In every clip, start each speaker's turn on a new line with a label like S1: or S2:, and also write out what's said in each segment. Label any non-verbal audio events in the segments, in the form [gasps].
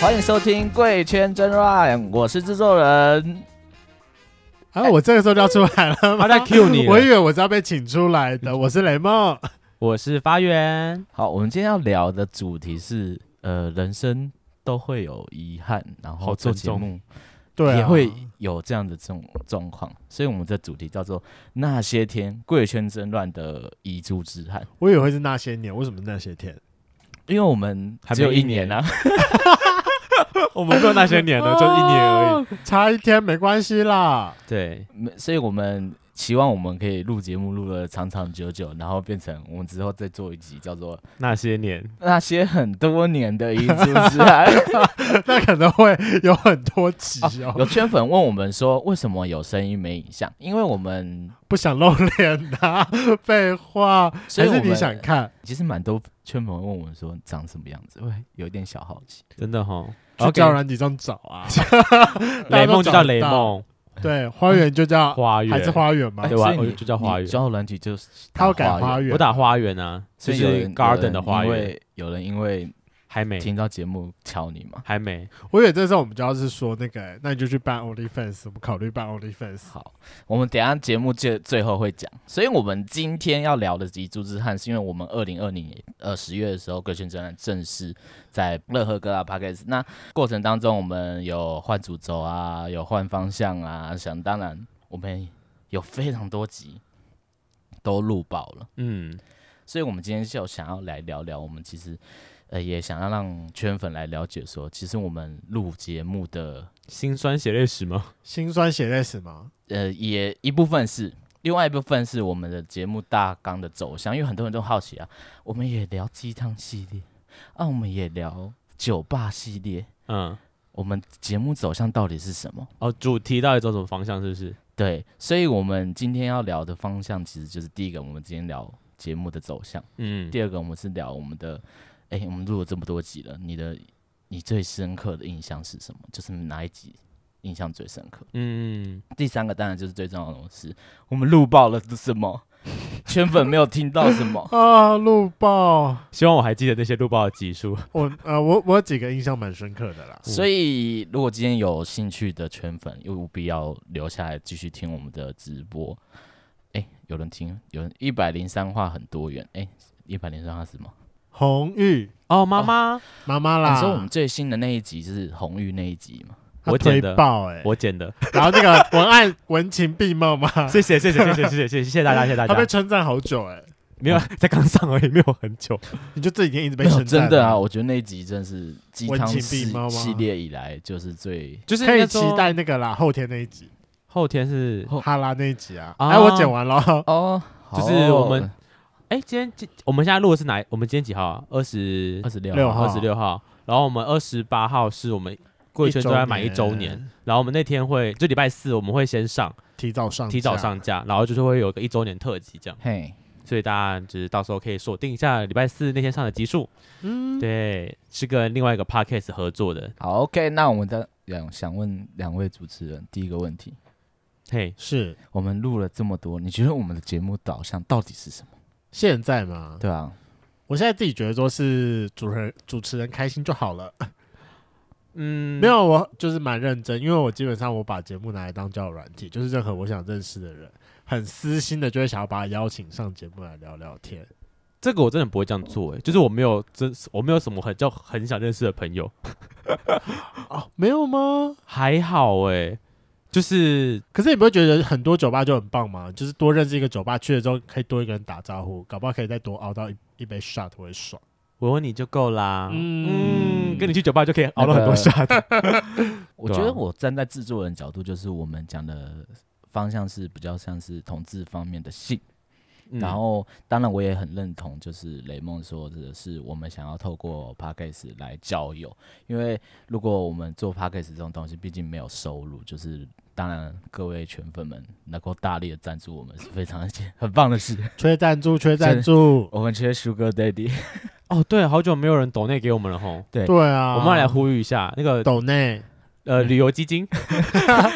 S1: 欢迎收听《贵圈真乱》，我是制作人。
S2: 啊，我这个时候就要出来了吗
S3: 他？在 cue 你
S2: [laughs]
S3: 了嗯
S2: 我以为我是要被请出来的。我是雷梦，
S3: 我是发源，
S1: 好，我们今天要聊的主题是，呃，人生都会有遗憾，然后
S3: 好
S1: 做
S3: 沉
S1: 节
S3: 重
S1: 目
S2: 对、啊，
S1: 也会有这样的这种状况，所以我们的主题叫做“那些天贵圈真乱的遗珠之憾
S2: 我以为会是那些年，为什么是那些天？”，
S1: 因为我们
S3: 还没
S1: 只有
S3: 一
S1: 一年啊，
S3: [laughs] 我们过那些年了，就一年而已。
S2: 差一天没关系啦。
S3: 对，
S1: 没所以我们期望我们可以录节目录了长长久久，然后变成我们之后再做一集叫做
S3: 那些年，
S1: “那些很多年的遗珠之憾”。
S2: 那可能会有很多集
S3: 啊
S2: 哦，
S1: [laughs] 有圈粉问我们说，为什么有声音没影像？因为我们
S2: 不想露脸呐、废话，
S1: 所
S2: 还
S1: 以我
S2: 是
S1: 们
S2: 你想看？
S1: 其实蛮多圈粉问我们说长什么样子，会有点小好奇。
S3: 真的哈，
S2: 去叫软体上找
S3: [laughs]
S2: 啊。大家
S3: 雷
S2: 都
S3: 梦就叫
S2: 长
S3: 雷
S2: 大
S3: 梦，
S2: 对，花园就叫
S3: [laughs] 花园
S2: 还是花园吗
S3: 哎？对
S1: 所以
S3: 我
S1: 你
S3: 就叫花园
S1: 你交友软体就是
S2: 他要改
S1: 打
S2: 花，园，
S3: 我打花园啊，
S1: 所
S3: 就
S1: 以有
S3: 是
S1: 人
S3: garden 的花，
S1: 有
S3: 园，
S1: 人因为有人因为
S3: 还没，
S1: 听到节目敲你嘛？
S3: 还没，
S2: 我以为这时候我们就要是说那个、那你就去办 OnlyFans，我们考虑办 OnlyFans。
S1: 好，我们等一下节目最最后会讲。所以我们今天要聊的集《朱之汉》，是因为我们二零二零年呃十月的时候，歌圈真的正式在乐呵哥啊 p a c k e s 那过程当中，我们有换主轴啊，有换方向啊，想当然，我们有非常多集都录爆了。
S3: 嗯，
S1: 所以我们今天就想要来聊聊，我们其实呃也想要让圈粉来了解说，其实我们录节目的
S3: 心酸血泪史吗？
S2: 心酸血泪史吗？
S1: 呃，也一部分是，另外一部分是我们的节目大纲的走向，因为很多人都好奇啊，我们也聊鸡汤系列，啊，我们也聊酒吧系列，
S3: 嗯，
S1: 我们节目走向到底是什么？
S3: 哦，主题到底走什么方向？是不是？
S1: 对，所以我们今天要聊的方向其实就是第一个，我们今天聊节目的走向；
S3: 嗯，
S1: 第二个，我们是聊我们的，哎、我们录了这么多集了，你的你最深刻的印象是什么？就是哪一集印象最深刻？
S3: 嗯，
S1: 第三个当然就是最重要的是，我们录爆了什么？圈粉没有听到什
S2: [laughs]
S1: 么？
S2: 啊，录爆！
S3: 希望我还记得那些录报的集数。
S2: 我呃，我我有几个印象蛮深刻的啦。
S1: 所以，如果今天有兴趣的圈粉，又务必要留下来继续听我们的直播。哎、有人听，有人一百零三话很多元。哎、一百零三话是什么？
S2: 红玉
S3: 哦，妈妈，
S2: 妈妈
S1: 你
S3: 哎
S2: 啦，
S1: 说我们最新的那一集是红玉那一集嘛？
S2: 她
S3: 我
S2: 推
S3: 剪的
S2: 爆哎、
S3: 我剪的，
S2: 然后那
S3: [laughs]
S2: 个文案文情并茂嘛，
S3: 谢谢，谢谢，谢谢，谢谢，谢谢谢谢大家，谢谢大
S2: 他被
S3: 家。
S2: 称赞好久哎、
S3: 没有，才刚上而已，没有很久。
S2: 你就这几天一直被
S1: 没有，
S2: 称赞
S1: 真的啊！，我觉得那一集真是鸡
S2: 文
S1: 汤
S2: 情
S1: 系
S2: 并茂吗
S1: 系列以来就是最
S3: [laughs] 就是
S2: 可
S3: 应
S2: 以
S3: 该
S2: 期
S3: 说
S2: 待那个啦，后天那一集
S3: 后天是
S1: 后
S2: 哈拉那一集啊，
S3: 啊
S2: 哎，我剪完了，
S1: 哦，
S3: 就是我们哎、今天今我们现在录的是哪一？我们今天几号啊？二十
S1: 二十六
S2: 六号
S3: 二十六号。然后我们二十八号是我们贵圈都在满一周年。，然后我们那天会就礼拜四我们会先哦上，
S2: 提早上
S3: 提早
S2: 架，
S3: 上架，然后就是会有个一周年特辑这样，
S1: 嘿，
S3: 所以大家就是到时候可以锁定一下礼拜四那天上的集数。
S2: 嗯，
S3: 对，是跟另外一个 podcast 合作的。
S1: 好，OK，那我们的两想问两位主持人第一个问题：
S3: 嘿，
S2: 是
S1: 我们录了这么多，你觉得我们的节目导向到底是什么？
S2: 现在嘛，
S1: 对
S3: [laughs]
S1: 啊，
S2: 我现在自己觉得说是主持人主持人开心就好了，
S3: 嗯，
S2: 没有，我就是蛮认真，因为我基本上我把节目拿来当交友软体，就是任何我想认识的人，很私心的就会想要把他邀请上节目来聊聊天。
S3: 这个我真的不会这样做、欸，就是我没有真我没有什么很叫很想认识的朋友，
S2: 哦，没有吗？
S3: 还好哎、就是
S2: 可是你不会觉得很多酒吧就很棒吗？就是多认识一个酒吧，去了之后可以多一个人打招呼，搞不好可以再多熬到一一杯 shot 会爽。
S3: 我问你就够啦。
S2: 嗯
S3: 嗯跟你去酒吧就可以熬到很多啊
S1: 那个
S3: 下。
S1: 我觉得我站在制作人角度，就是我们讲的方向是比较像是同志方面的性，
S3: 嗯
S1: 然后当然我也很认同，就是雷梦说的是我们想要透过 p a c k a g e 来交友，因为如果我们做 p a c k a g e 这种东西，毕竟没有收入，就是当然各位圈粉们能够大力的赞助我们是非常 [laughs] 一件很棒的事。
S2: 缺赞
S3: [laughs]
S2: 助，缺赞助，
S1: 我们缺 Sugar Daddy， [laughs]
S3: 哦，对，好久没有人抖内给我们了吼。
S1: 对
S2: 对啊，
S3: 我们要来呼吁一下那个
S2: 抖
S3: [laughs]
S2: 内
S3: 呃
S1: 嗯
S3: 旅游
S1: [laughs]
S3: 基金，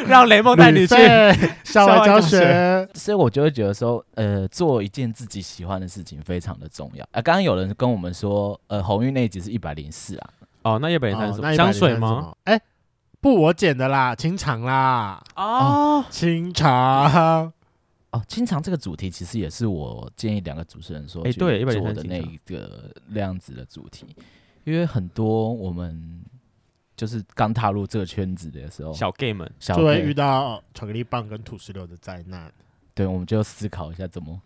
S3: 让雷梦带你
S2: 旅
S3: 去。
S2: 费
S3: [laughs]
S2: 校
S3: 校
S2: 外
S3: 外
S2: 教
S3: 教
S2: 学，
S1: 所以我就会觉得说，呃，做一件自己喜欢的事情非常的重要。啊、刚刚有人跟我们说，呃，红玉那一集是一百零四啊，
S3: 哦，那叶本三
S2: 哦
S3: 是什
S2: 那
S3: 么？
S2: 103
S3: 香水
S2: 是什
S3: 吗？
S2: 么？哎，不，我剪的啦，清肠啦，
S3: 哦，
S2: 清肠。
S1: 哦，清肠这个主题其实也是我建议两个主持人说
S3: 哎
S1: 去
S3: 对103
S1: 做的那一个那样子的主题，因为很多我们就是刚踏入这个圈子的时候，
S3: 小 gay 们，
S1: 小
S2: 就会遇
S1: 对
S2: 到巧克力棒跟土石流的灾难。
S1: 对，我们就思考一下怎么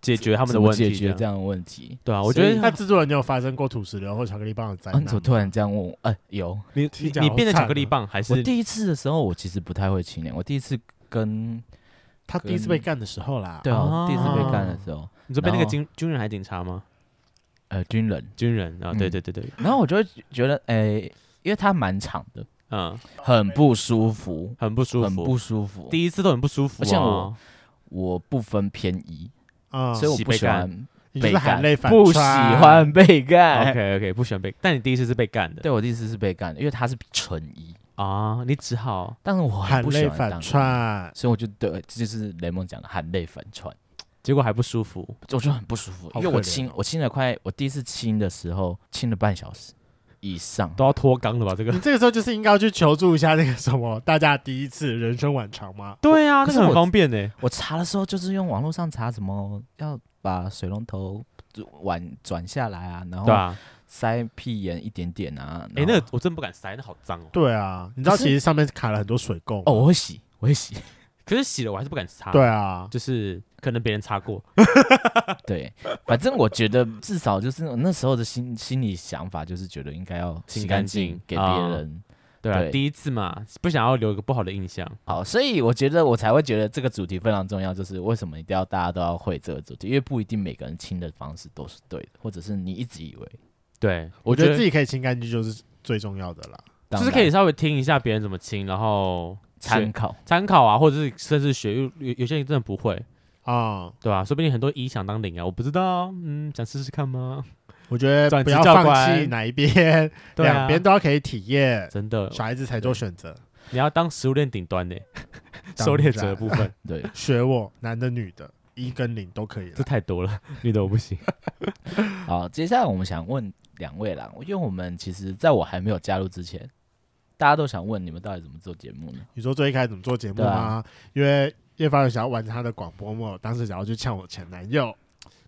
S3: 解决他们的
S1: 怎么
S3: 问题，
S1: 解决这样
S3: 样
S1: 的问题。
S3: 对啊，我觉
S1: 所以
S3: 得
S2: 那制作人，你有发生过土石流或巧克力棒的灾
S1: 啊，
S3: 哎
S2: 难
S1: 你
S2: 吗？
S3: 哦
S1: 怎么突然这样问我？哎、有，
S3: 你
S2: 听
S3: 你
S2: 起来
S3: 你
S2: 好
S3: 变成
S2: 惨
S3: 巧克力
S2: 哦
S3: 棒还
S1: 我
S3: 是
S1: 第一次的时候，我其实不太会清凉。我第一次跟
S2: 他第一次被干的时候啦。
S1: 对啊，
S3: 哦
S1: 我第一次被干的时候，
S3: 你说被
S1: 然
S3: 那个
S1: 后
S3: 军军人还是警察吗？
S1: 呃，军人，
S3: 军人
S1: 嗯
S3: 啊，对对对对，
S1: 然后我就会觉得，哎、因为他蛮长的，
S3: 嗯，
S1: 很不舒服，
S3: 很不舒
S1: 很
S3: 服，
S1: 不舒服。
S3: 第一次都很不舒服啊。
S1: 而且我我不分偏移，
S2: 嗯，
S1: 所以我不喜欢
S2: 你就
S1: 被
S2: 是含
S1: 干
S2: 泪，反
S1: 不喜
S2: 串
S1: 欢被干。
S3: OK OK 不喜欢被，但你第一次是被干的
S1: 对我第一次是被干的，因为他是纯一，
S3: 啊，你只好
S1: 但是我很
S2: 含
S1: 不喜
S2: 泪
S1: 欢
S2: 反
S1: 当，
S2: 串，
S1: 所以我就对，这就是雷蒙讲的含泪反串。
S3: 结果还不舒服，
S1: 我就很不舒服，
S2: 好
S1: 因为
S2: 可
S1: 我
S2: 怜
S1: 亲
S2: 哦
S1: 我亲了快，我第一次亲的时候亲了半小时以上，
S3: 都要脱肛了吧？这个
S2: 你这个时候就是应该要去求助一下那个什么，大家第一次人生晚长吗？
S3: [laughs] 对啊，那
S1: 可是
S3: 个很
S1: 我
S3: 方便呢。
S1: 我查的时候就是用网络上查什么要把水龙头碗转下来啊，然
S3: 对
S1: 后
S3: 啊，
S1: 塞屁眼一点点啊，
S3: 哎，
S1: 然后
S3: 那个我真不敢塞，那好脏哦。
S2: 对啊，你知道
S1: 可是
S2: 其实上面卡了很多水垢吗
S1: 哦，我会洗，我会洗，
S3: 可是洗了我还是不敢擦，
S2: 对，啊，
S3: 就是可能别人擦过，
S1: [laughs] 对，反正我觉得至少就是我那时候的心心理想法就是觉得应该要
S3: 清
S1: 洗
S3: 干
S1: 干净
S3: 净
S1: 给别
S3: 啊
S1: 人。
S3: 对啊，
S1: 对
S3: 第一次嘛，不想要留一个不好的印象。
S1: 好，所以我觉得我才会觉得这个主题非常重要，就是为什么一定要大家都要会这个主题，因为不一定每个人亲的方式都是对的，或者是你一直以为，
S3: 对，
S2: 我
S3: 我
S2: 觉
S3: 觉
S2: 得
S3: 得
S2: 自己可以清干净就是最重要的啦。
S3: 就是可以稍微听一下别人怎么亲，然后
S1: 参
S3: 学
S1: 考。
S3: 参考啊，或者是甚至学，有有有些人真的不会，
S2: 啊、
S3: 对吧、说不定很多一想当零啊，我不知道啊，嗯，想试试看吗？
S2: 我觉得
S3: 转
S2: 不
S3: 职
S2: 要
S3: 教
S2: 放
S3: 官
S2: 弃哪一边，
S3: [laughs] 对啊
S2: 两边、都要可以体验，
S3: 真的，
S2: 小孩子才做选择。
S3: 你要当食物链顶端呢、
S2: 当
S3: 狩猎者的
S2: 然
S3: 部分，
S1: 对，
S2: 学我，男的女的，一跟零都可以
S3: 这
S2: 了。
S3: 太多了，女的我不行。
S1: [laughs] 好，接下来我们想问两位啦，因为我们其实在我还没有加入之前，大家都想问你们到底怎么做节目呢？
S2: 你说最一开始怎么做节目
S1: 对
S2: 吗？
S1: 啊
S2: 因为叶凡有想要完成他的广播梦，当时想要去呛我前男友。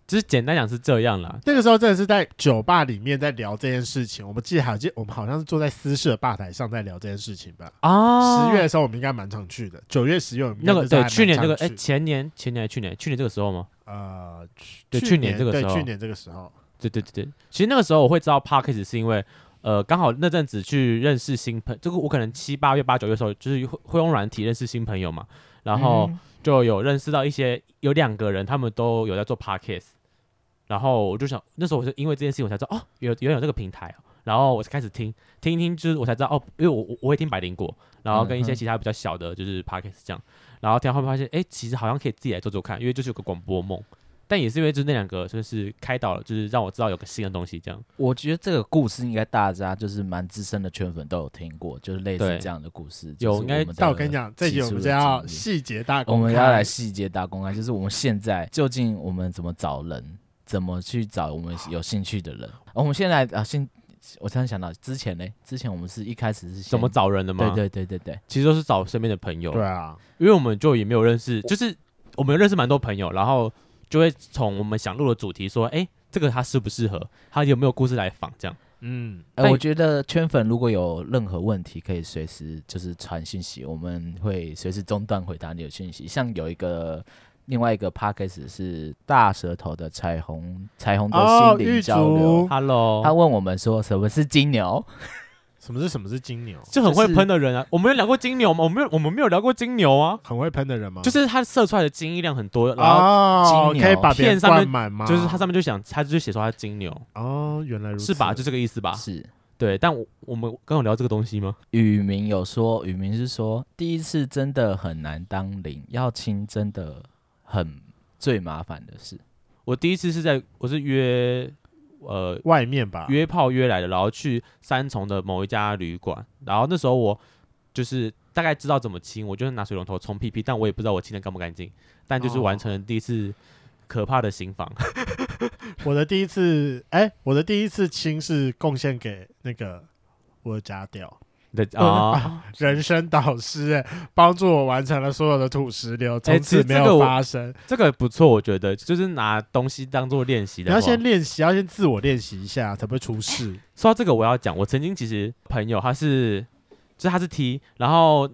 S3: 就是简单讲是这样啦，
S2: 那个时候真的是在酒吧里面在聊这件事情。我们记得好，记我们好像是坐在私事的吧台上在聊这件事情吧。
S3: 啊
S2: 十月的时候我们应该蛮常去的，九月、十月我们应该
S3: 那个
S2: 就是还
S3: 对，
S2: 蛮
S3: 去年那
S2: 常
S3: 个哎、
S2: 去
S3: 前年前年还是去年去年这个时候吗？
S2: 呃，去
S3: 对
S2: 去
S3: 去年这个
S2: 对
S3: 时候
S2: 去年这个时候，
S3: 对对对对，其实那个时候我会知道 Parkes 是因为，呃，刚好那阵子去认识新朋，这个我可能七八月八九月的时候，就是会会用软体认识新朋友嘛，然后
S1: 嗯
S3: 就有认识到一些有两个人，他们都有在做 Parkes，然后我就想那时候我就因为这件事情我才知道哦，有原来有这个平台、哦，然后我才开始听听一听，就是我才知道哦，因为我我我会听百灵果，然后跟一
S1: 嗯
S3: 些
S1: 哼
S3: 其他比较小的就是 Parkes 这样，然后听到后面发现哎，其实好像可以自己来做做看，因为就是有个广播梦。但也是因为就是那两个就是开导了，就是让我知道有个新的东西这样。
S1: 我觉得这个故事应该大家就是蛮资深的圈粉都有听过，就是类似
S3: 对
S1: 这样的故事。
S3: 有
S1: 就是
S3: 应该
S1: 们的
S2: 但我跟你讲，这集
S1: 起
S2: 我们
S1: 初
S2: 就
S1: 的
S2: 要
S1: 经历
S2: 细节大
S1: 我
S2: 公开。
S1: 们要来细节大公开，就是我们现在究竟我们怎么找人，怎么去找我们有兴趣的人。啊我们现在啊，先我突然想到之前呢，之前我们是一开始是先
S3: 怎么？找人的吗？
S1: 对，对对对对，
S3: 其实都是找身边的朋友，
S2: 对啊，
S3: 因为我们就也没有认识，就是我们有认识蛮多朋友，然后就会从我们想录的主题说，哎、这个他适不适合，他有没有故事来仿这样。
S2: 嗯，
S1: 哎、
S3: 但
S1: 我觉得圈粉如果有任何问题，可以随时就是传信息，我们会随时中断回答你的讯息。像有一个另外一个 p a c k a g e 是大舌头的彩虹，彩虹
S2: 哦
S1: 的心
S2: 玉
S1: 灵交流，
S2: 竹
S3: Hello，
S1: 他问我们说什么是金牛，
S2: 什么是什么是金牛？
S3: 就很会
S1: 就是
S3: 喷的人啊。我们有聊过金牛吗？我没有，我们没有聊过金牛啊。
S2: 很会喷的人吗？
S3: 就是他射出来的精液量很多，然后
S2: 哦，
S1: 金牛
S2: 可以把别人
S3: 片上面
S2: 灌满吗？
S3: 就是他上面就想，他就写说他是金牛，
S2: 哦，原来如此，
S3: 是吧？就这个意思
S2: 啊
S3: 吧？
S1: 是
S3: 对。但我我们刚有聊这个东西吗？
S1: 雨明有说，雨明是说第一次真的很难当零，要亲真的很最麻烦的事。
S3: 我第一次是在我是约呃
S2: 外面吧，
S3: 约炮约来的，然后去三重的某一家旅馆，然后那时候我就是大概知道怎么亲，我就是拿水龙头冲屁屁，但我也不知道我亲的干不干净，但就是
S2: 哦
S3: 完成了第一次可怕的刑房， [laughs]
S2: 我的第一次，哎、我的第一次亲是贡献给那个我的家调，
S3: 对啊，
S2: 人生导师、欸，帮助我完成了所有的土石流，从
S3: 其
S2: 此
S3: 实
S2: 没
S3: 这个
S2: 有
S3: 我
S2: 发生。
S3: 这个不错，我觉得就是拿东西当做练习
S2: 你
S3: 的话。
S2: 要先练习，要先自我练习一下，才不会出
S3: [laughs]
S2: 事。
S3: 说到这个，我要讲，我曾经其实朋友他是，就是他是 T，然后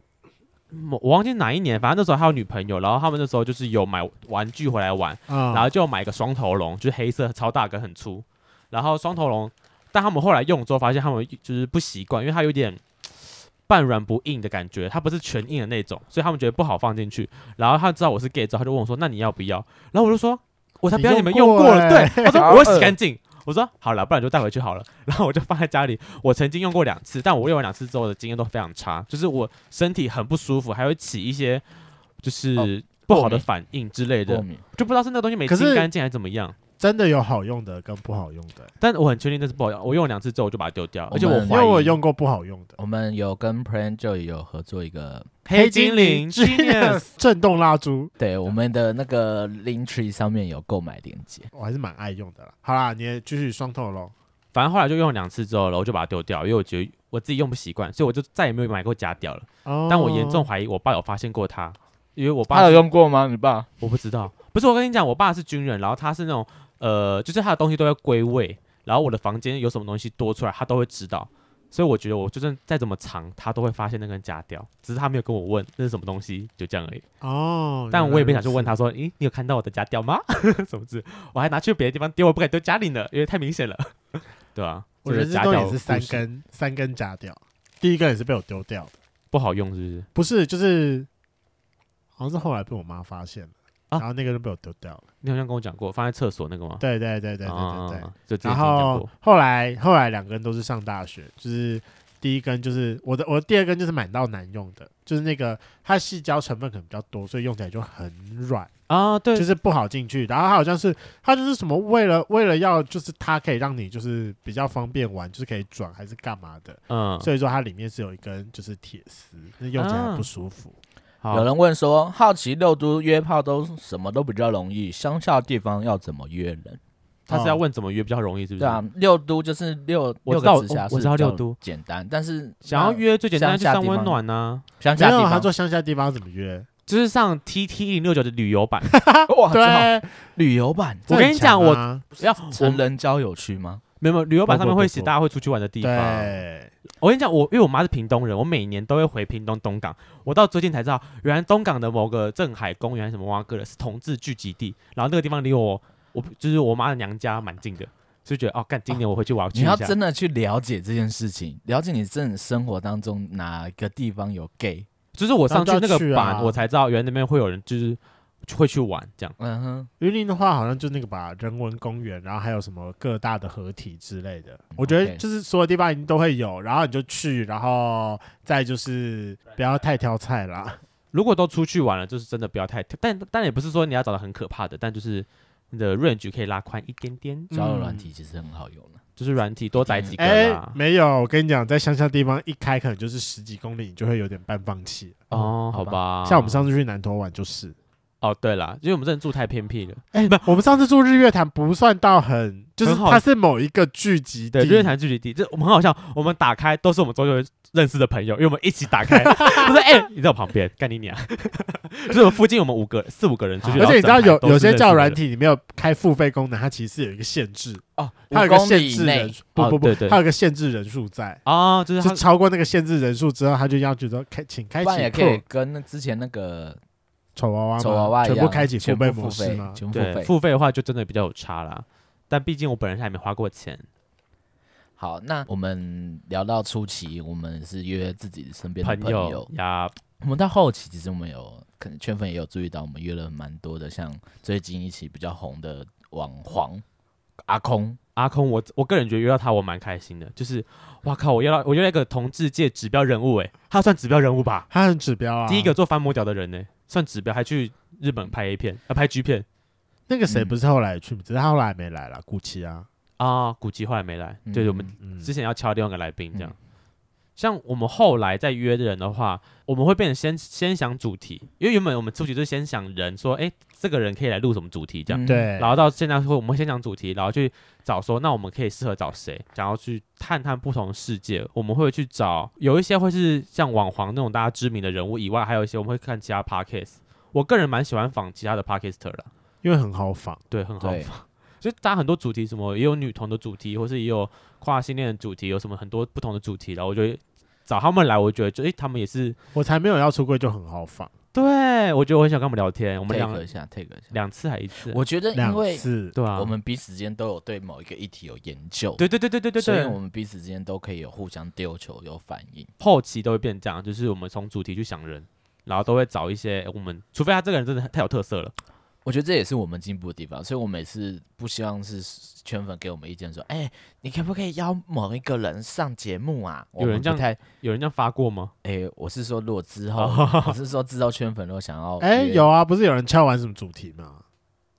S3: 某我忘记哪一年，反正那时候他有女朋友，然后他们那时候就是有买玩具回来玩，
S2: 啊、
S3: 然后就买一个双头龙，就是黑色超大跟很粗，然后双头龙，但他们后来用之后发现他们就是不习惯，因为它有点半软不硬的感觉，它不是全硬的那种，所以他们觉得不好放进去。然后他知道我是 gay 之后，他就问我说：“那你要不要？”然后我就说：“我才不要
S2: 你
S3: 你
S2: 用
S3: 们用过
S2: 过
S3: 了。
S2: 欸
S3: 对，他说：“
S1: 好
S3: 我会洗
S1: 恶
S3: 干净。”我说好了，不然就带回去好了。然后我就放在家里。我曾经用过两次，但我用完两次之后的经验都非常差，就是我身体很不舒服，还会起一些就是不好
S1: 过
S3: 的
S1: 敏
S3: 反应之类的
S1: 过。敏。
S3: 就不知道是那个东西没
S2: 可是
S3: 清干净还是怎么样。
S2: 真的有好用的跟不好用的，
S3: 但我很确定那是不好用，我用了两次之后我就把它丢掉，
S1: 我
S3: 而且我
S1: 们
S2: 因
S1: 怀
S2: 为
S1: 疑
S2: 我用过不好用的。
S1: 我们有跟 Plan Joy 有合作一个，
S3: 黑精灵
S2: Genius [laughs] 震动蜡烛，
S1: 对我们的那个 Link Tree 上面有购买链接。
S2: 我还是蛮爱用的啦。好啦，你也继续双透龙，
S3: 反正后来就用了两次之后，然后我就把它丢掉，因为我觉得我自己用不习惯，所以我就再也没有买过假掉了。
S2: 哦
S3: [laughs] 但我严重怀疑我爸有发现过它，因为我
S1: 他
S3: 爸
S1: 有
S3: 是
S1: 用过吗？你爸？
S3: 我不知道，不是我跟你讲，我爸是军人，然后他是那种呃，就是他的东西都要归位，然后我的房间有什么东西多出来，他都会知道。所以我觉得我就算再怎么藏，他都会发现那根假掉，只是他没有跟我问那是什么东西，就这样而已。
S2: 哦，
S3: 但我也没想去
S2: 说
S3: 问他说：“咦，你有看到我的家掉吗？” [laughs] 什么字？我还拿去别的地方丢，我不敢丢家里呢，因为太明显了。对啊，
S2: 我
S3: 这个
S2: 人生
S3: 家
S2: 中
S3: 掉
S2: 也
S3: 故
S2: 是三
S3: 事
S2: 根三根夹掉，第一根也是被我丢掉的，
S3: 不好用，是不是？
S2: 不是就是好像是后来被我妈发现了，
S3: 啊
S2: 然后那个就被我丢掉了。
S3: 你好像跟我讲过放在厕所那个吗？
S2: 对对对对对对对。
S3: 啊就之前
S2: 然
S3: 听你讲
S2: 后
S3: 过。
S2: 后来后来两根都是上大学，就是第一根就是我的我的第二根就是买到难用的，就是那个它细胶成分可能比较多，所以用起来就很软。
S3: 啊，对，
S2: 就是不好进去。然后它好像是它就是什么为了为了要就是它可以让你就是比较方便玩，就是可以转还是干嘛的，
S3: 嗯，
S2: 所以说它里面是有一根就是铁丝，那用起来很
S3: 啊
S2: 不舒服。
S3: 好
S1: 有人问说，好奇六都约炮都什么都比较容易，乡下地方要怎么约人？
S3: 他
S2: 嗯
S3: 是要问怎么约比较容易，是不是？
S1: 对啊，六都就是六
S3: 我
S1: 六
S3: 知道
S1: 个直辖
S3: 我
S1: 市，
S3: 我知道六都
S1: 简单，但是
S3: 想要约最简单的就
S1: 乡下
S3: 上
S1: 地
S3: 温
S1: 方
S3: 暖呐，
S1: 乡
S2: 没
S1: 下
S2: 有，啊
S1: 地
S2: 他
S1: 方
S2: 说乡下地方怎么约？
S3: 就是上 T T 零六九的旅游
S2: [laughs]
S3: 版。哦
S1: 哇，
S2: 对啊
S1: 这
S3: 啊
S1: 好，旅游版
S2: 这
S3: 我跟你
S2: 很强
S3: 讲我
S2: 啊
S3: 要我
S1: 成人交友区吗？
S3: 没有没有旅游版
S2: 不
S3: 上面
S2: 不
S3: 会
S2: 不
S3: 写
S2: 不
S3: 大家会出去玩的地方。
S2: 对，
S3: 我跟你讲，我因为我妈是屏东人，我每年都会回屏东东港。我到最近才知道，原来东港的某个镇海公园还是什么挖哥的是同志聚集地，然后那个地方离我我就是我妈的娘家蛮近的，所以觉得哦，干今年我回去我要去
S1: 你
S3: 一下。
S1: 要真的去了解这件事情，了解你真的生活当中哪个地方有 gay，
S3: 就是我上去那
S2: 那就要
S3: 个
S2: 去啊
S3: 板，我才知道原来那边会有人就是会去玩这样。
S1: 嗯哼，
S2: 云林的话好像就那个吧，人文公园，然后还有什么各大的合体之类的。
S3: 嗯
S2: 我觉得
S1: OK
S2: 就是所有地方你都会有，然后你就去，然后再就是不要太挑菜啦。
S3: 如果都出去玩了，就是真的不要太，但但也不是说你要找到很可怕的，但就是你的 range 可以拉宽一点点，
S1: 交友软
S3: 嗯
S1: 体其实很好用啊的。
S3: 就是软体多载几个
S2: 哎、
S3: 啦。
S2: 没有，我跟你讲，在乡下地方一开可能就是十几公里，你就会有点半放弃了。
S3: 哦，好
S1: 好吧
S3: 吧，
S2: 像我们上次去南投玩就是，
S3: 哦，对啦，因为我们真的住太偏僻了。
S2: 哎、不，我们上次住日月潭不算到很，就是
S3: 很好
S2: 它是某一个聚集地，
S3: 对，日月潭聚集地，这我们很好笑。我们打开都是我们周围认识的朋友，因为我们一起打
S2: [laughs]
S3: 开，不是 [laughs] 哎、你在我旁边，干你娘！ [laughs] 就是我们附近我们五个四五个人出去，
S2: 而且你知道有有些
S3: 叫
S2: 叫软体，你没有开付费功能，它其实是有一个限制，
S1: 哦，
S2: 它
S1: 五
S2: 有一个
S1: 公
S2: 限
S1: 里以
S2: 制
S1: 内哦
S2: 人，数，不不不，
S3: 对对
S2: 它有一个限制人数在，
S3: 啊，就是
S2: 就
S3: 他
S2: 超过那个限制人数之后，它就要觉得开请开
S1: 不然
S2: 启
S1: 也可以
S2: 破
S1: 跟那之前那个
S2: 丑娃娃嘛
S1: 丑娃娃一
S2: 全
S1: 样，啊
S2: 部开启付
S1: 全
S2: 费
S1: 部
S2: 模
S1: 付
S2: 式
S1: 费
S2: 嘛，，
S1: 全部付
S3: 对
S1: 费。
S3: 付费的话就真的比较有差啦。但毕竟我本人还没花过钱，
S1: 好，那我们聊到初期，我们是约自己身边的
S3: 朋
S1: 朋
S3: 友
S1: 友。
S3: 呀，
S1: 我们到后期，其实我们有可能圈粉也有注意到，我们约了蛮多的，像最近一期比较红的网黄阿空，
S3: 阿空，我我个人觉得约到他我蛮开心的，就是哇靠，我约到我约到一个同志界指标人物、哎，他算指标人物吧？
S2: 它很指标啊。
S3: 第一个做翻模屌的人呢、哎算指标，还去日本拍 A 片，啊拍 G 片
S2: 那个谁
S1: 嗯
S2: 不是后来去，只是他后来没来了，古奇啊，
S3: 啊，古籍后来没来，对，我们
S1: 嗯
S2: 嗯，
S3: 之前要敲另外一个来宾这样。像我们后来再约的人的话，我们会变成先先想主题，因为原本我们出去就是先想人，说，哎、这个人可以来录什么主题这样。
S1: 嗯
S2: 对，
S3: 然后到现在会，我们会先讲主题，然后去找说，那我们可以适合找谁，想要去探探不同的世界。我们会去找有一些会是像网黄那种大家知名的人物以外，还有一些我们会看其他 podcast。我个人蛮喜欢仿其他的 podcaster 啦，
S2: 因为很好仿，
S3: 对，很好
S1: 对
S3: 仿。所以大家很多主题，什么也有女同的主题，或是也有跨性恋的主题，有什么很多不同的主题，然后我就会找他们来，我觉得就诶、他们也是，
S2: 我才没有要出柜就很好仿，
S3: 对我觉得我很想跟他们聊天， [laughs] 我们
S1: ，take 一
S3: 两
S1: 下，take 一下。
S3: 两次还一次，
S1: 我觉得因
S2: 两
S1: 为
S2: 次，
S3: 对啊，
S1: 我们彼此之间都有对某一个议题有研究，
S3: 对对对对对对
S1: 所以
S3: 对，
S1: 我们彼此之间都可以有互相丢球，有反应。
S3: 后期都会变这样，就是我们从主题去想人，然后都会找一些我们，除非他这个人真的太有特色了，
S1: 我觉得这也是我们进步的地方，所以我每次不希望是圈粉给我们意见说，哎、你可不可以邀某一个人上节目啊？
S3: 有人这样
S1: 我们不太，
S3: 有人这样发过吗？
S1: 哎、我是说如果之后，
S3: 哦
S1: 我是说之后圈粉如果想要，
S2: 哎，有，啊，不是有人敲完什么主题吗？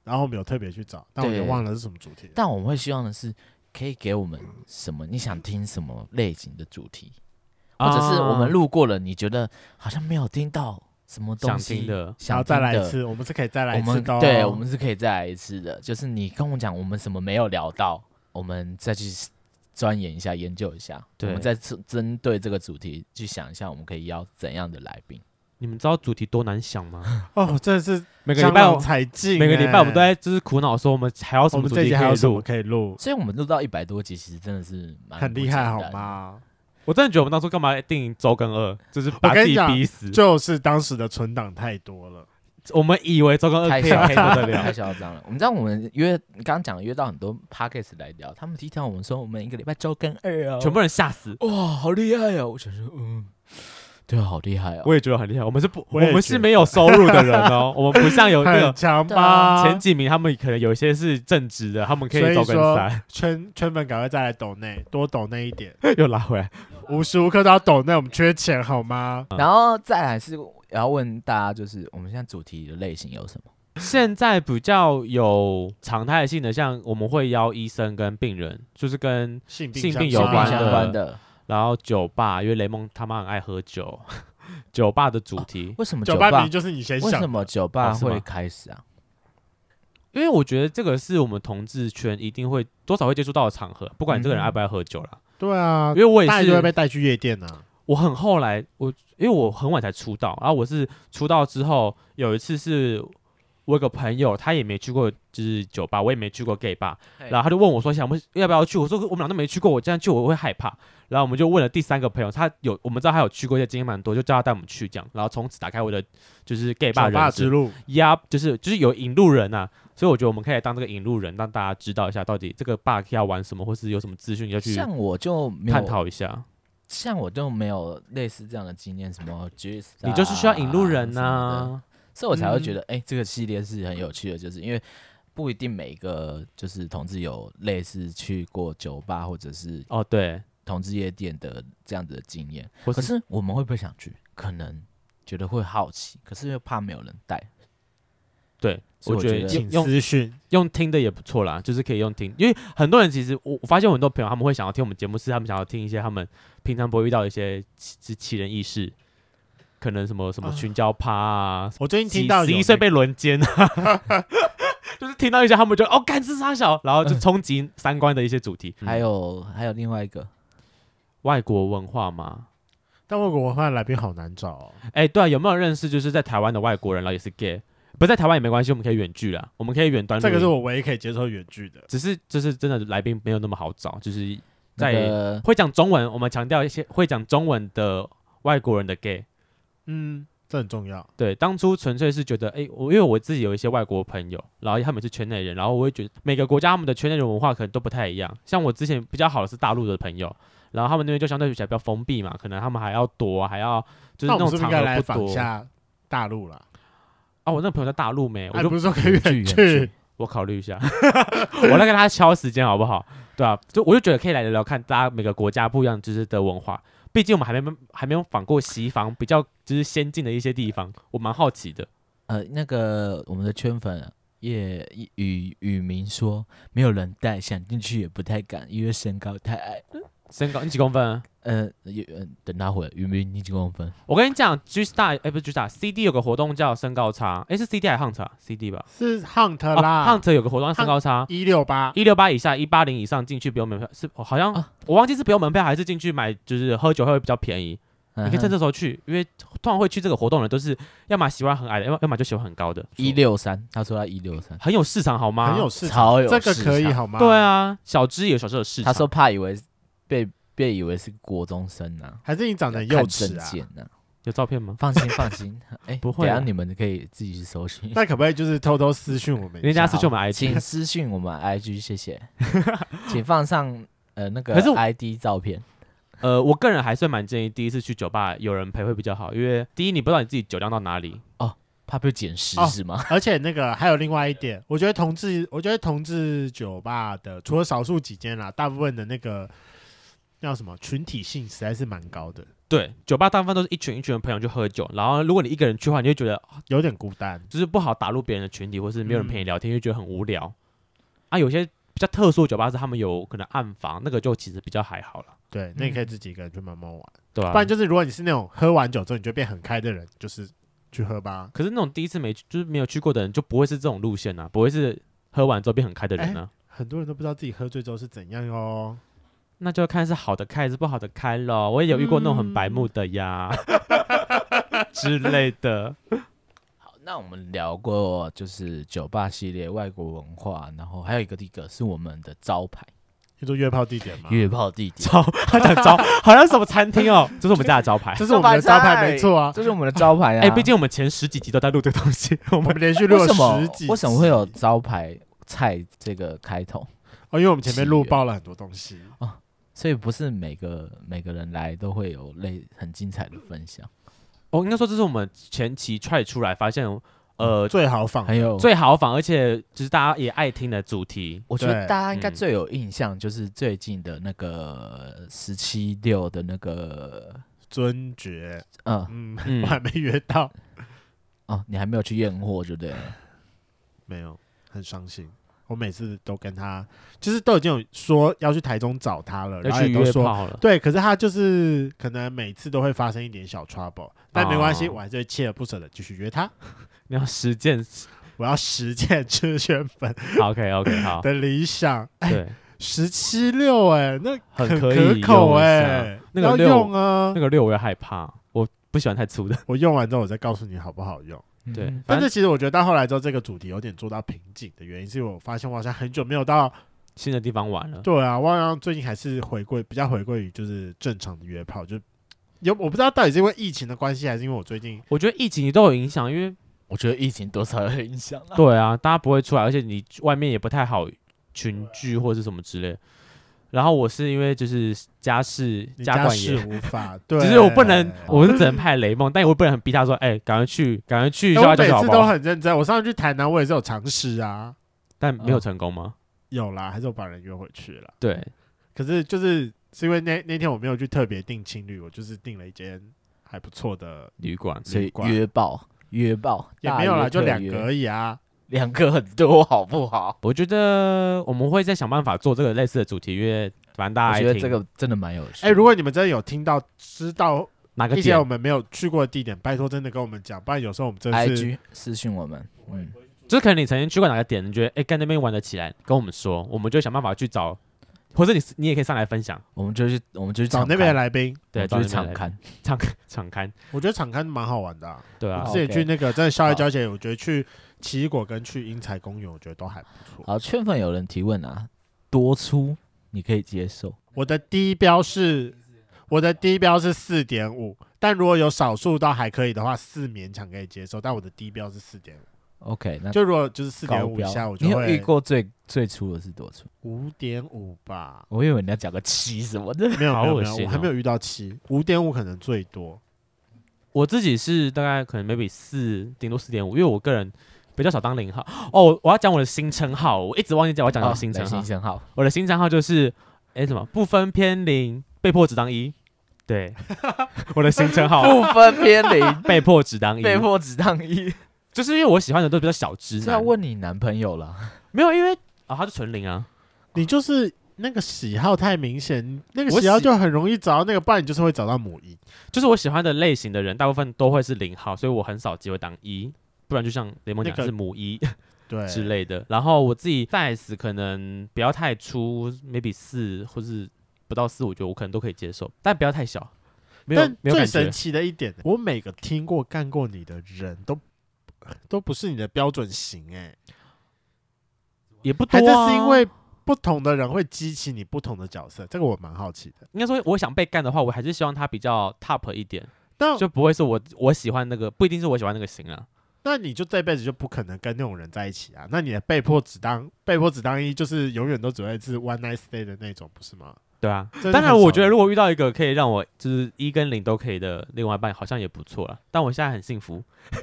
S2: 然后我们有特别去找，但我就
S1: 对
S2: 忘了是什么主题了。
S1: 但我们会希望的是，可以给我们什么？你想听什么类型的主题，或者是
S3: 哦
S1: 我们路过了，你觉得好像没有听到什么
S3: 啊想
S1: 东西，
S3: 听的，
S2: 然后
S1: 想
S2: 再来一
S1: 听的
S2: 次，我们是可以再来
S1: 我
S2: 一次
S1: 们
S2: 的哦。
S1: 对，我们是可以再来一次的。就是你跟我讲，我们什么没有聊到，我们再去钻研一下、研究一下，我
S3: 对
S1: 们再针针对这个主题去想一下，我们可以邀怎样的来宾。
S3: 你们知道主题多难想吗？
S2: 哦，真的是
S3: [laughs] 每个礼拜我
S2: 才哎进，
S3: 每个礼拜我们都在就是苦恼说我们还要什
S2: 我们
S3: 么主
S2: 这一
S3: 题
S2: 集还
S3: 可
S2: 有
S3: 以
S2: 什么
S3: 录，
S2: 可以录，
S1: 所以我们录到一百多集，其实真的是蛮
S2: 很
S1: 不
S2: 厉
S1: 简
S2: 害好
S1: 单的？
S2: 吗？
S3: 我真的觉得我们当初干嘛定周更二，就是把
S2: 我跟
S3: 自
S2: 你
S3: 己
S2: 讲
S3: 逼死。
S2: 就是当时的存档太多了，
S3: 我们以为周更二
S1: 太
S3: 可以可
S1: 嚣
S3: 以
S1: 张
S3: 得
S1: 了，
S3: 了 [laughs]
S1: 太，嚣张了！我们知道我们约，你刚刚讲约到很多 p o d c a s t 来聊，他们提到我们说我们一个礼拜周更二哦，
S3: 全部人吓死。
S1: 哇，好厉害哦！我想说，嗯，对啊，好厉害哦。
S3: 我也觉得很厉害，我们是不，
S2: 我
S3: 我
S2: 也
S3: 们
S2: 觉
S3: 是
S2: 得
S3: 没有收入的人 [laughs] 哦，我们不像有那
S2: 很
S3: 个
S2: 强
S1: 对啊
S2: 吧？
S3: 前几名，他们可能有一些是正职的，他们可
S2: 所以
S3: 以周更
S2: 说
S3: 三。
S2: [laughs] 圈圈粉赶快再来抖内，多抖内一点，
S3: [laughs] 又拉回来。
S2: 无时无刻都要抖内，我们缺钱好吗？
S1: 然后再来是要问大家，就是我们现在主题的类型有什么？
S3: 现在比较有常态性的，像我们会邀医生跟病人，就是跟
S2: 性病
S3: 性病
S1: 有
S3: 有
S1: 关
S3: 关
S1: 相
S3: 的
S1: 关的，
S3: 然后酒吧，因为雷蒙他妈很爱喝酒， [laughs] 酒吧的主题，
S1: 为什么
S2: 酒吧名就是你先
S1: 为
S2: 想
S1: 什
S2: 的，
S1: 么酒吧
S3: 哦是吗
S1: 会开始啊？
S3: 因为我觉得这个是我们同志圈一定会多少会接触到的场合，不管你这个
S1: 嗯
S3: 人
S1: 哼
S3: 爱不爱喝酒啦。
S2: 对啊
S3: 因，为我也
S2: 大家就会被
S3: 是，
S2: 带去夜店啊。
S3: 我很后来，我因为我很晚才出道，然后我是出道之后有一次是。我有个朋友，他也没去过，就是酒吧，我也没去过 gay 吧，然后他就问我说想不要不要去，我说我们俩都没去过，我这样去我会害怕。然后我们就问了第三个朋友，他有我们知道他有去过，也经验蛮多，就叫他带我们去这样。然后从此打开我的就是 gay 吧
S2: 酒吧
S3: 人
S2: 之
S3: 生，
S2: 路，
S3: 呀，就是就是有引路人啊。所以我觉得我们可以当这个引路人，让大家知道一下到底这个 bug 要玩什么，或是有什么资讯要去
S1: 像我就没
S3: 探
S1: 有，
S3: 讨一下。
S1: 像我就没有类似这样的经验，什么 Juice，啊
S3: 你就是需要引路人啊
S1: 什
S3: 呐、
S1: 么的所以我才会觉
S2: 嗯
S1: 得，哎、这个系列是很有趣的，就是因为不一定每一个就是同志有类似去过酒吧或者是
S3: 哦，对，
S1: 同志夜店的这样子的经验，
S3: 或
S1: 可
S3: 是
S1: 是我们会不会想去？可能觉得会好奇，可是又怕没有人带。
S3: 对，
S1: 所以
S3: 我
S1: 我
S3: 觉得
S1: 觉得
S3: 用
S2: 请
S3: 用
S2: 私讯。
S3: 用听的也不错啦，就是可以用听，因为很多人其实我我发现我很多朋友他们会想要听我们节目，是他们想要听一些他们平常不会遇到的一些奇奇奇人异事，可能什么什么
S2: 啊
S3: 群交趴啊，
S2: 我最近听到
S3: 十
S2: 有
S3: 一岁
S2: 那个
S3: 被轮
S2: [laughs]
S3: 奸啊，就是听到一些他们就哦，干是傻小，
S2: 嗯
S3: 然后就冲击三观的一些主题，嗯
S1: 还有还有另外一个，
S3: 外国文化嘛，
S2: 但外国文化的来宾好难找哦，
S3: 哎、对啊，有没有认识就是在台湾的外国人，然后也是 gay，不在台湾也没关系，我们可以远距啦，我们可以远端录
S2: 这
S3: 音，
S2: 个是我唯一可以接受远距的。
S3: 只是就是真的来宾没有那么好找，就是。
S1: 那
S3: 在
S1: 个
S3: 会讲中文，我们强调一些会讲中文的外国人的 gay。
S2: 嗯，这很重要。
S3: 对，当初纯粹是觉得，诶，我因为我自己有一些外国朋友，然后他们是圈内人，然后我会觉得每个国家他们的圈内人文化可能都不太一样。像我之前比较好的是大陆的朋友，然后他们那边就相对起来比较封闭嘛，可能他们还要躲，啊还要就是
S2: 那
S3: 那
S2: 我们
S3: 种
S2: 是不是
S3: 场
S2: 应该
S3: 合
S2: 来
S3: 不
S2: 访一
S3: 多。
S2: 下大陆啦？
S3: 啊，我那个朋友在大陆没，我
S2: 哎，
S3: 就
S2: 不是说可以远距
S1: 距，
S3: 我考虑一下， [laughs] 我来跟他敲时间好不好？对啊，就我就觉得可以来聊聊看，大家每个国家不一样就是的文化。毕竟我们还没还没有访过西方比较就是先进的一些地方，我蛮好奇的。
S1: 呃那个我们的圈粉叶雨雨明说，没有人带，想进去也不太敢，因为身高太矮。
S3: 身高你几公分啊？
S1: 呃，也呃等他回来，云云你几公分？
S3: 我跟你讲，G Star 哎、不是 G Star，CD 有个活动叫身高差，哎、是 CD 还是 Hunt？CD 吧、
S2: 是 Hunt
S3: 啊、
S2: 啦
S3: ，Hunt 有个活动叫身高差，
S2: 一六八，
S3: 一六八以下、一八零以上进去不用门票，是哦好像、
S1: 啊
S3: 我忘记是不用门票还是进去买就是喝酒会比较便宜。
S1: 你
S3: 你可以趁这时候去，因为通常会去这个活动的都是要么喜欢很矮的，要么要么就喜欢很高的。
S1: [laughs] 一六三，他说他一六三，
S3: 很有市场好吗？
S2: 很有市场，
S1: 超有
S2: 这个
S1: 市
S2: 可以
S1: 场
S2: 好吗？
S3: 对，啊，小只也有小只的市场。
S1: 他说怕以为被被以为是国中生啊，
S2: 还是你长得很
S1: 看
S2: 幼
S1: 证
S2: 齿啊？
S1: 件呢、
S3: 有照片吗？
S1: 放心放心，哎、
S3: [laughs] 不会啊
S1: 等一下你们可以自己去搜
S3: [laughs]
S1: 寻。哦
S2: 那可不可以就是偷偷私讯我们一
S3: 人
S2: 下？
S3: 家是去我们 IG，
S1: 请私信我们 IG，谢谢，
S3: [laughs]
S1: 请放上呃那个
S3: 可是我
S1: ID 照片。
S3: 呃，我个人还算蛮建议第一次去酒吧有人陪会比较好，因为第一你不知道你自己酒量到哪里，
S1: 怕被捡尸
S2: 哦
S1: 是吗？
S2: 而且那个还有另外一点，我觉得同志，我觉得同志酒吧的除了少数几间啦，大部分的那个叫什么群体性实在是蛮高的，
S3: 对，酒吧大部分都是一群一群的朋友去喝酒，然后如果你一个人去的话，你就觉得哦
S2: 有点孤单。
S3: 就是不好打入别人的群体，或是没有人
S2: 嗯
S3: 陪你聊天，就觉得很无聊。啊，有些比较特殊的酒吧是他们有可能暗房，那个就其实比较还好了，
S2: 对，那你可以自己一个人去慢慢玩。
S3: 对吧、
S2: 不然就是如果你是那种喝完酒之后你就变很开的人，就是去喝吧。
S3: 可是那种第一次没去，就是没有去过的人，就不会是这种路线啊，不会是喝完之后变很开的人呢、啊
S2: 很多人都不知道自己喝醉之后是怎样哦。
S3: 那就要看是好的开还是不好的开咯。我也有遇过那种很白
S2: 嗯
S3: 目的呀、之类的。 [laughs]
S1: 好，那我们聊过就是酒吧系列、外国文化，然后还有一个一个是我们的招牌
S2: 你说约炮地点吗？
S1: 约炮地点，
S3: 招，他讲招，好像什么餐厅哦，这是我们家的招牌。
S2: 这是我们的招牌，没错啊。
S1: [laughs] 这是我们的招牌啊。
S3: 哎、毕竟我们前十几集都在录这个东西， [laughs] 我
S2: 我
S3: 们
S2: 们连续录
S1: 为
S2: 了
S1: 什么
S2: 十几集，
S1: 为什么会有招牌菜这个开头？
S2: 哦，因为我们前面录爆了很多东西。
S1: 所以不是每个每个人来都会有类很精彩的分享，
S3: 哦，应该说这是我们前期 try 出来发现，呃，
S2: 最好仿
S1: 还有
S3: 最豪放，而且就是大家也爱听的主题。
S1: 我觉得
S2: 对
S1: 大家应该
S3: 嗯
S1: 最有印象就是最近的那个十七六的那个，
S2: 尊爵，
S1: 嗯
S2: 嗯，
S3: 嗯
S2: 我还没约到，
S1: 哦，你还没有去验货，对不对了？
S2: 没有，很伤心。我每次都跟他，就是都已经有说要去台中找他了，
S3: 要
S2: 然后
S3: 去
S2: 也都
S3: 约
S2: 说
S3: 炮了，
S2: 对，可是他就是可能每次都会发生一点小 trouble，但没关系，
S3: 哦
S2: 我还是会锲而不舍的继续约他。
S3: [laughs] 你要实 [laughs] 践。
S2: 我要实践吃圈粉
S3: OK OK，好，
S2: 的理想。哎，
S3: 对，
S2: 十七六哎，那
S3: 很
S2: 很
S3: 可
S2: 可
S3: 以
S2: 口
S3: 用一
S2: 哎
S3: 下，那个
S2: 要
S3: 六
S2: 用啊
S3: 那。个六我也害怕，我不喜欢太粗的。 [laughs]
S2: 我用完之后，我再告诉你好不好用。
S3: 对
S1: 嗯，
S3: 反
S2: 但
S3: 正
S2: 是其实我觉得到后来之后，这个主题有点做到瓶颈的原因，是因为我发现我好像很久没有
S3: [laughs]
S2: 到
S3: 新的地方玩了。
S2: 对啊，我好像最近还是回归比较回归于就是正常的约炮，就有我不知道到底是因为疫情的关系，还是因为我最近
S3: 我觉得疫情都有影响，因为
S1: 我觉得疫情多少有影响啦。
S3: 对啊，大家不会出来，而且你外面也不太好群聚或是什么之类。然后我是因为就是家事
S2: 你
S3: 家
S2: 家
S3: 管
S2: 事
S3: 严，
S2: 无法，对，
S3: [laughs] 只是我不能，我是只能派雷梦，但我不能逼他说，哎，赶快去，赶快去
S2: 哎
S3: 校
S2: 我
S3: 外教
S2: 每
S3: 学好
S2: 次
S3: 不
S2: 都
S3: 好？
S2: 很认真，我上次去台南我也是有尝试啊，
S3: 但没有成功吗？
S2: 有啦，还是我把人约回去了，
S3: 对，
S2: 可是就是是因为那那天我没有去特别订青旅，我就是订了一间还不错的，
S3: 旅馆
S1: 所以
S2: 旅馆
S1: 约爆约爆
S2: 也没有啦，
S1: 大约
S2: 就
S1: 特
S2: 两
S1: 约
S2: 个而已啊，
S1: [laughs] 两个很多，好不好？
S2: [laughs]
S3: 我觉得我们会再想办法做这个类似的主题，因为反正大家
S1: 我
S3: 爱
S1: 觉得
S3: 听
S1: 这个真的蛮有趣的。
S2: 哎、如果你们真的有听到知道
S3: 哪个
S2: 一些我
S3: 点
S2: 们没有去过的地点，拜托真的跟我们讲，不然有时候我们真的是
S1: IG 私讯我们，嗯，
S3: 就是可能你曾经去过哪个点，你觉得哎，干那边玩得起来，跟我们说，我们就想办法去找，或者你你也可以上来分享，
S1: 我们就去我们就去
S2: 找
S1: 场
S2: 那边的
S1: 刊，
S2: 来宾。
S1: 我
S3: 对，
S1: 们就
S3: 找
S1: 是场刊。
S3: 场场刊，
S2: 我觉得场刊蛮好玩的、啊，
S3: 对啊
S2: 我
S1: 好
S2: 之，前
S1: OK
S2: 去那个真的校外交姐，我觉得去奇异果跟去英才公园，我觉得都还不错。
S1: 好，圈粉有人提问啊，多出你可以接受，
S2: 我的低标是我的低标是四点五，但如果有少数到还可以的话，四勉强可以接受。但我的低标是四点五，
S1: OK，那
S2: [laughs] 就如果就是四点
S1: 高
S2: 五以
S1: 标
S2: 下，我就
S1: 你有遇
S2: 会
S1: 过最最粗的是多粗？
S2: 五点五吧。 [laughs]
S1: 我以为你要讲个七什么的。
S2: 没有
S3: 好
S2: 没有
S3: 恶
S2: 没有，
S3: 心
S2: 我还
S3: 哦
S2: 没有遇到七，五点五可能最多。
S3: 我自己是大概可能 maybe 四，顶多四点五，因为我个人比较少当零号。哦，我要讲我的新称号，我一直忘记讲我要讲我
S2: 哦
S1: 好
S3: 的新称
S1: 来
S3: 号。
S1: 新称号，
S3: 我的新称号就是哎什么不分偏零，被迫只当一。
S2: [laughs]
S3: 对，我的新称号
S1: 不分偏零，
S3: 被迫只当一，
S1: 被迫只当一。
S3: 就是因为我喜欢的都比较小直
S2: 啊
S1: 是要
S3: 男。
S1: 问你男朋友了，
S3: 哦没有，因为啊、他就纯零啊，
S2: 你就是那个喜好太明显，那个
S3: 我
S2: 喜好
S3: 喜
S2: 就很容易找到那个，不然你就是会找到母一。
S3: 就是我喜欢的类型的人，大部分都会是零号，所以我很少机会当一，不然就像雷蒙讲、
S2: 那个
S3: 是母一
S2: 对，
S3: 之类的。然后我自己 size 可能不要太粗，maybe 四或是不到四，我觉得我可能都可以接受，但不要太小，没有
S2: 但
S3: 没有
S2: 最
S3: 感觉
S2: 神。奇的一点，我每个听过干过你的人都 [laughs] 都不是你的标准型哎、
S3: 也不多、
S2: 还
S3: 啊，
S2: 是是因为不同的人会激起你不同的角色，这个我蛮好奇的。
S3: 应该说，我想被干的话，我还是希望他比较 top 一点，
S2: 那
S3: 就不会是我我喜欢那个，不一定是我喜欢那个型啊。
S2: 那你就这辈子就不可能跟那种人在一起啊！那你的被迫只当被迫只当一，就是永远都只会是 one night stay 的那种，不是吗？
S3: 对啊，
S2: 真的
S3: 当然
S2: 很少
S3: 我觉得如果遇到一个可以让我就是一跟零都可以的另外一半，好像也不错了。但我现在很
S2: [laughs]
S3: 幸福， [laughs]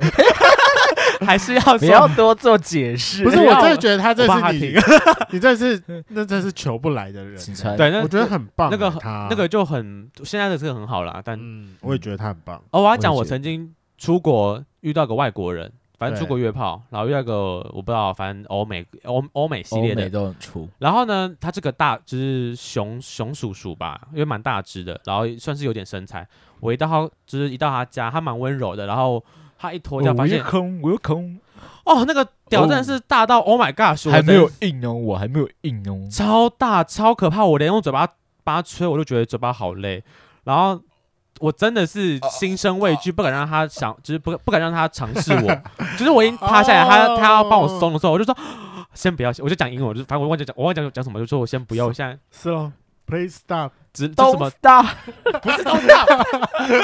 S3: 还是要
S1: [laughs] 不
S3: 说
S1: 要多做解
S2: [laughs]
S1: 释。
S2: 不是，
S3: 不
S2: 我
S3: 哎要
S2: 真的觉得他这
S3: 我怕
S2: 是
S3: 他
S2: 你
S3: 听，
S2: [laughs] 你这是那真是求不来的人
S1: 请
S2: 欸。
S1: 穿
S3: 对，那
S2: 我觉得很棒欸，
S3: 那个
S2: 他
S3: 那个就很现在的这个很好啦。但、
S2: 嗯，我也觉得他很棒。
S3: 哦，我要讲
S1: 我也
S3: 我
S1: 觉得
S3: 曾经出国遇到个外国人，反正
S2: 对
S3: 出国约炮，然后遇到个我不知道，反正欧美欧欧美系
S1: 欧
S3: 列的
S1: 美，都很粗，
S3: 然后呢，他这个大就是熊熊叔叔吧，因为蛮大只的，然后算是有点身材。我一到他，就是一到他家，他蛮温柔的，然后他一脱掉发现，
S1: 空，哦我又空，
S3: 哦，那个屌真的是大到 Oh my God，我
S1: 还没
S3: 真
S1: 有
S3: 的
S1: 硬哦，我还没有硬哦。
S3: 超大超可怕，我连用嘴巴把他吹，我都觉得嘴巴好累。然后我真的是心生畏惧，不敢让他想，就是不不敢让他尝试
S1: [laughs]
S3: 我。就是我已经趴下来，他
S1: 哦
S3: 他要帮我松的时候，我就说 [gasps] 先不要，我就讲英文，我就反正我忘记讲，我忘记讲讲什么，就说我先不要，我现在
S2: 是哦，Please stop。
S3: 只这什
S1: Don't
S3: 么
S1: stop，
S3: 不是 Don't stop，
S1: [laughs]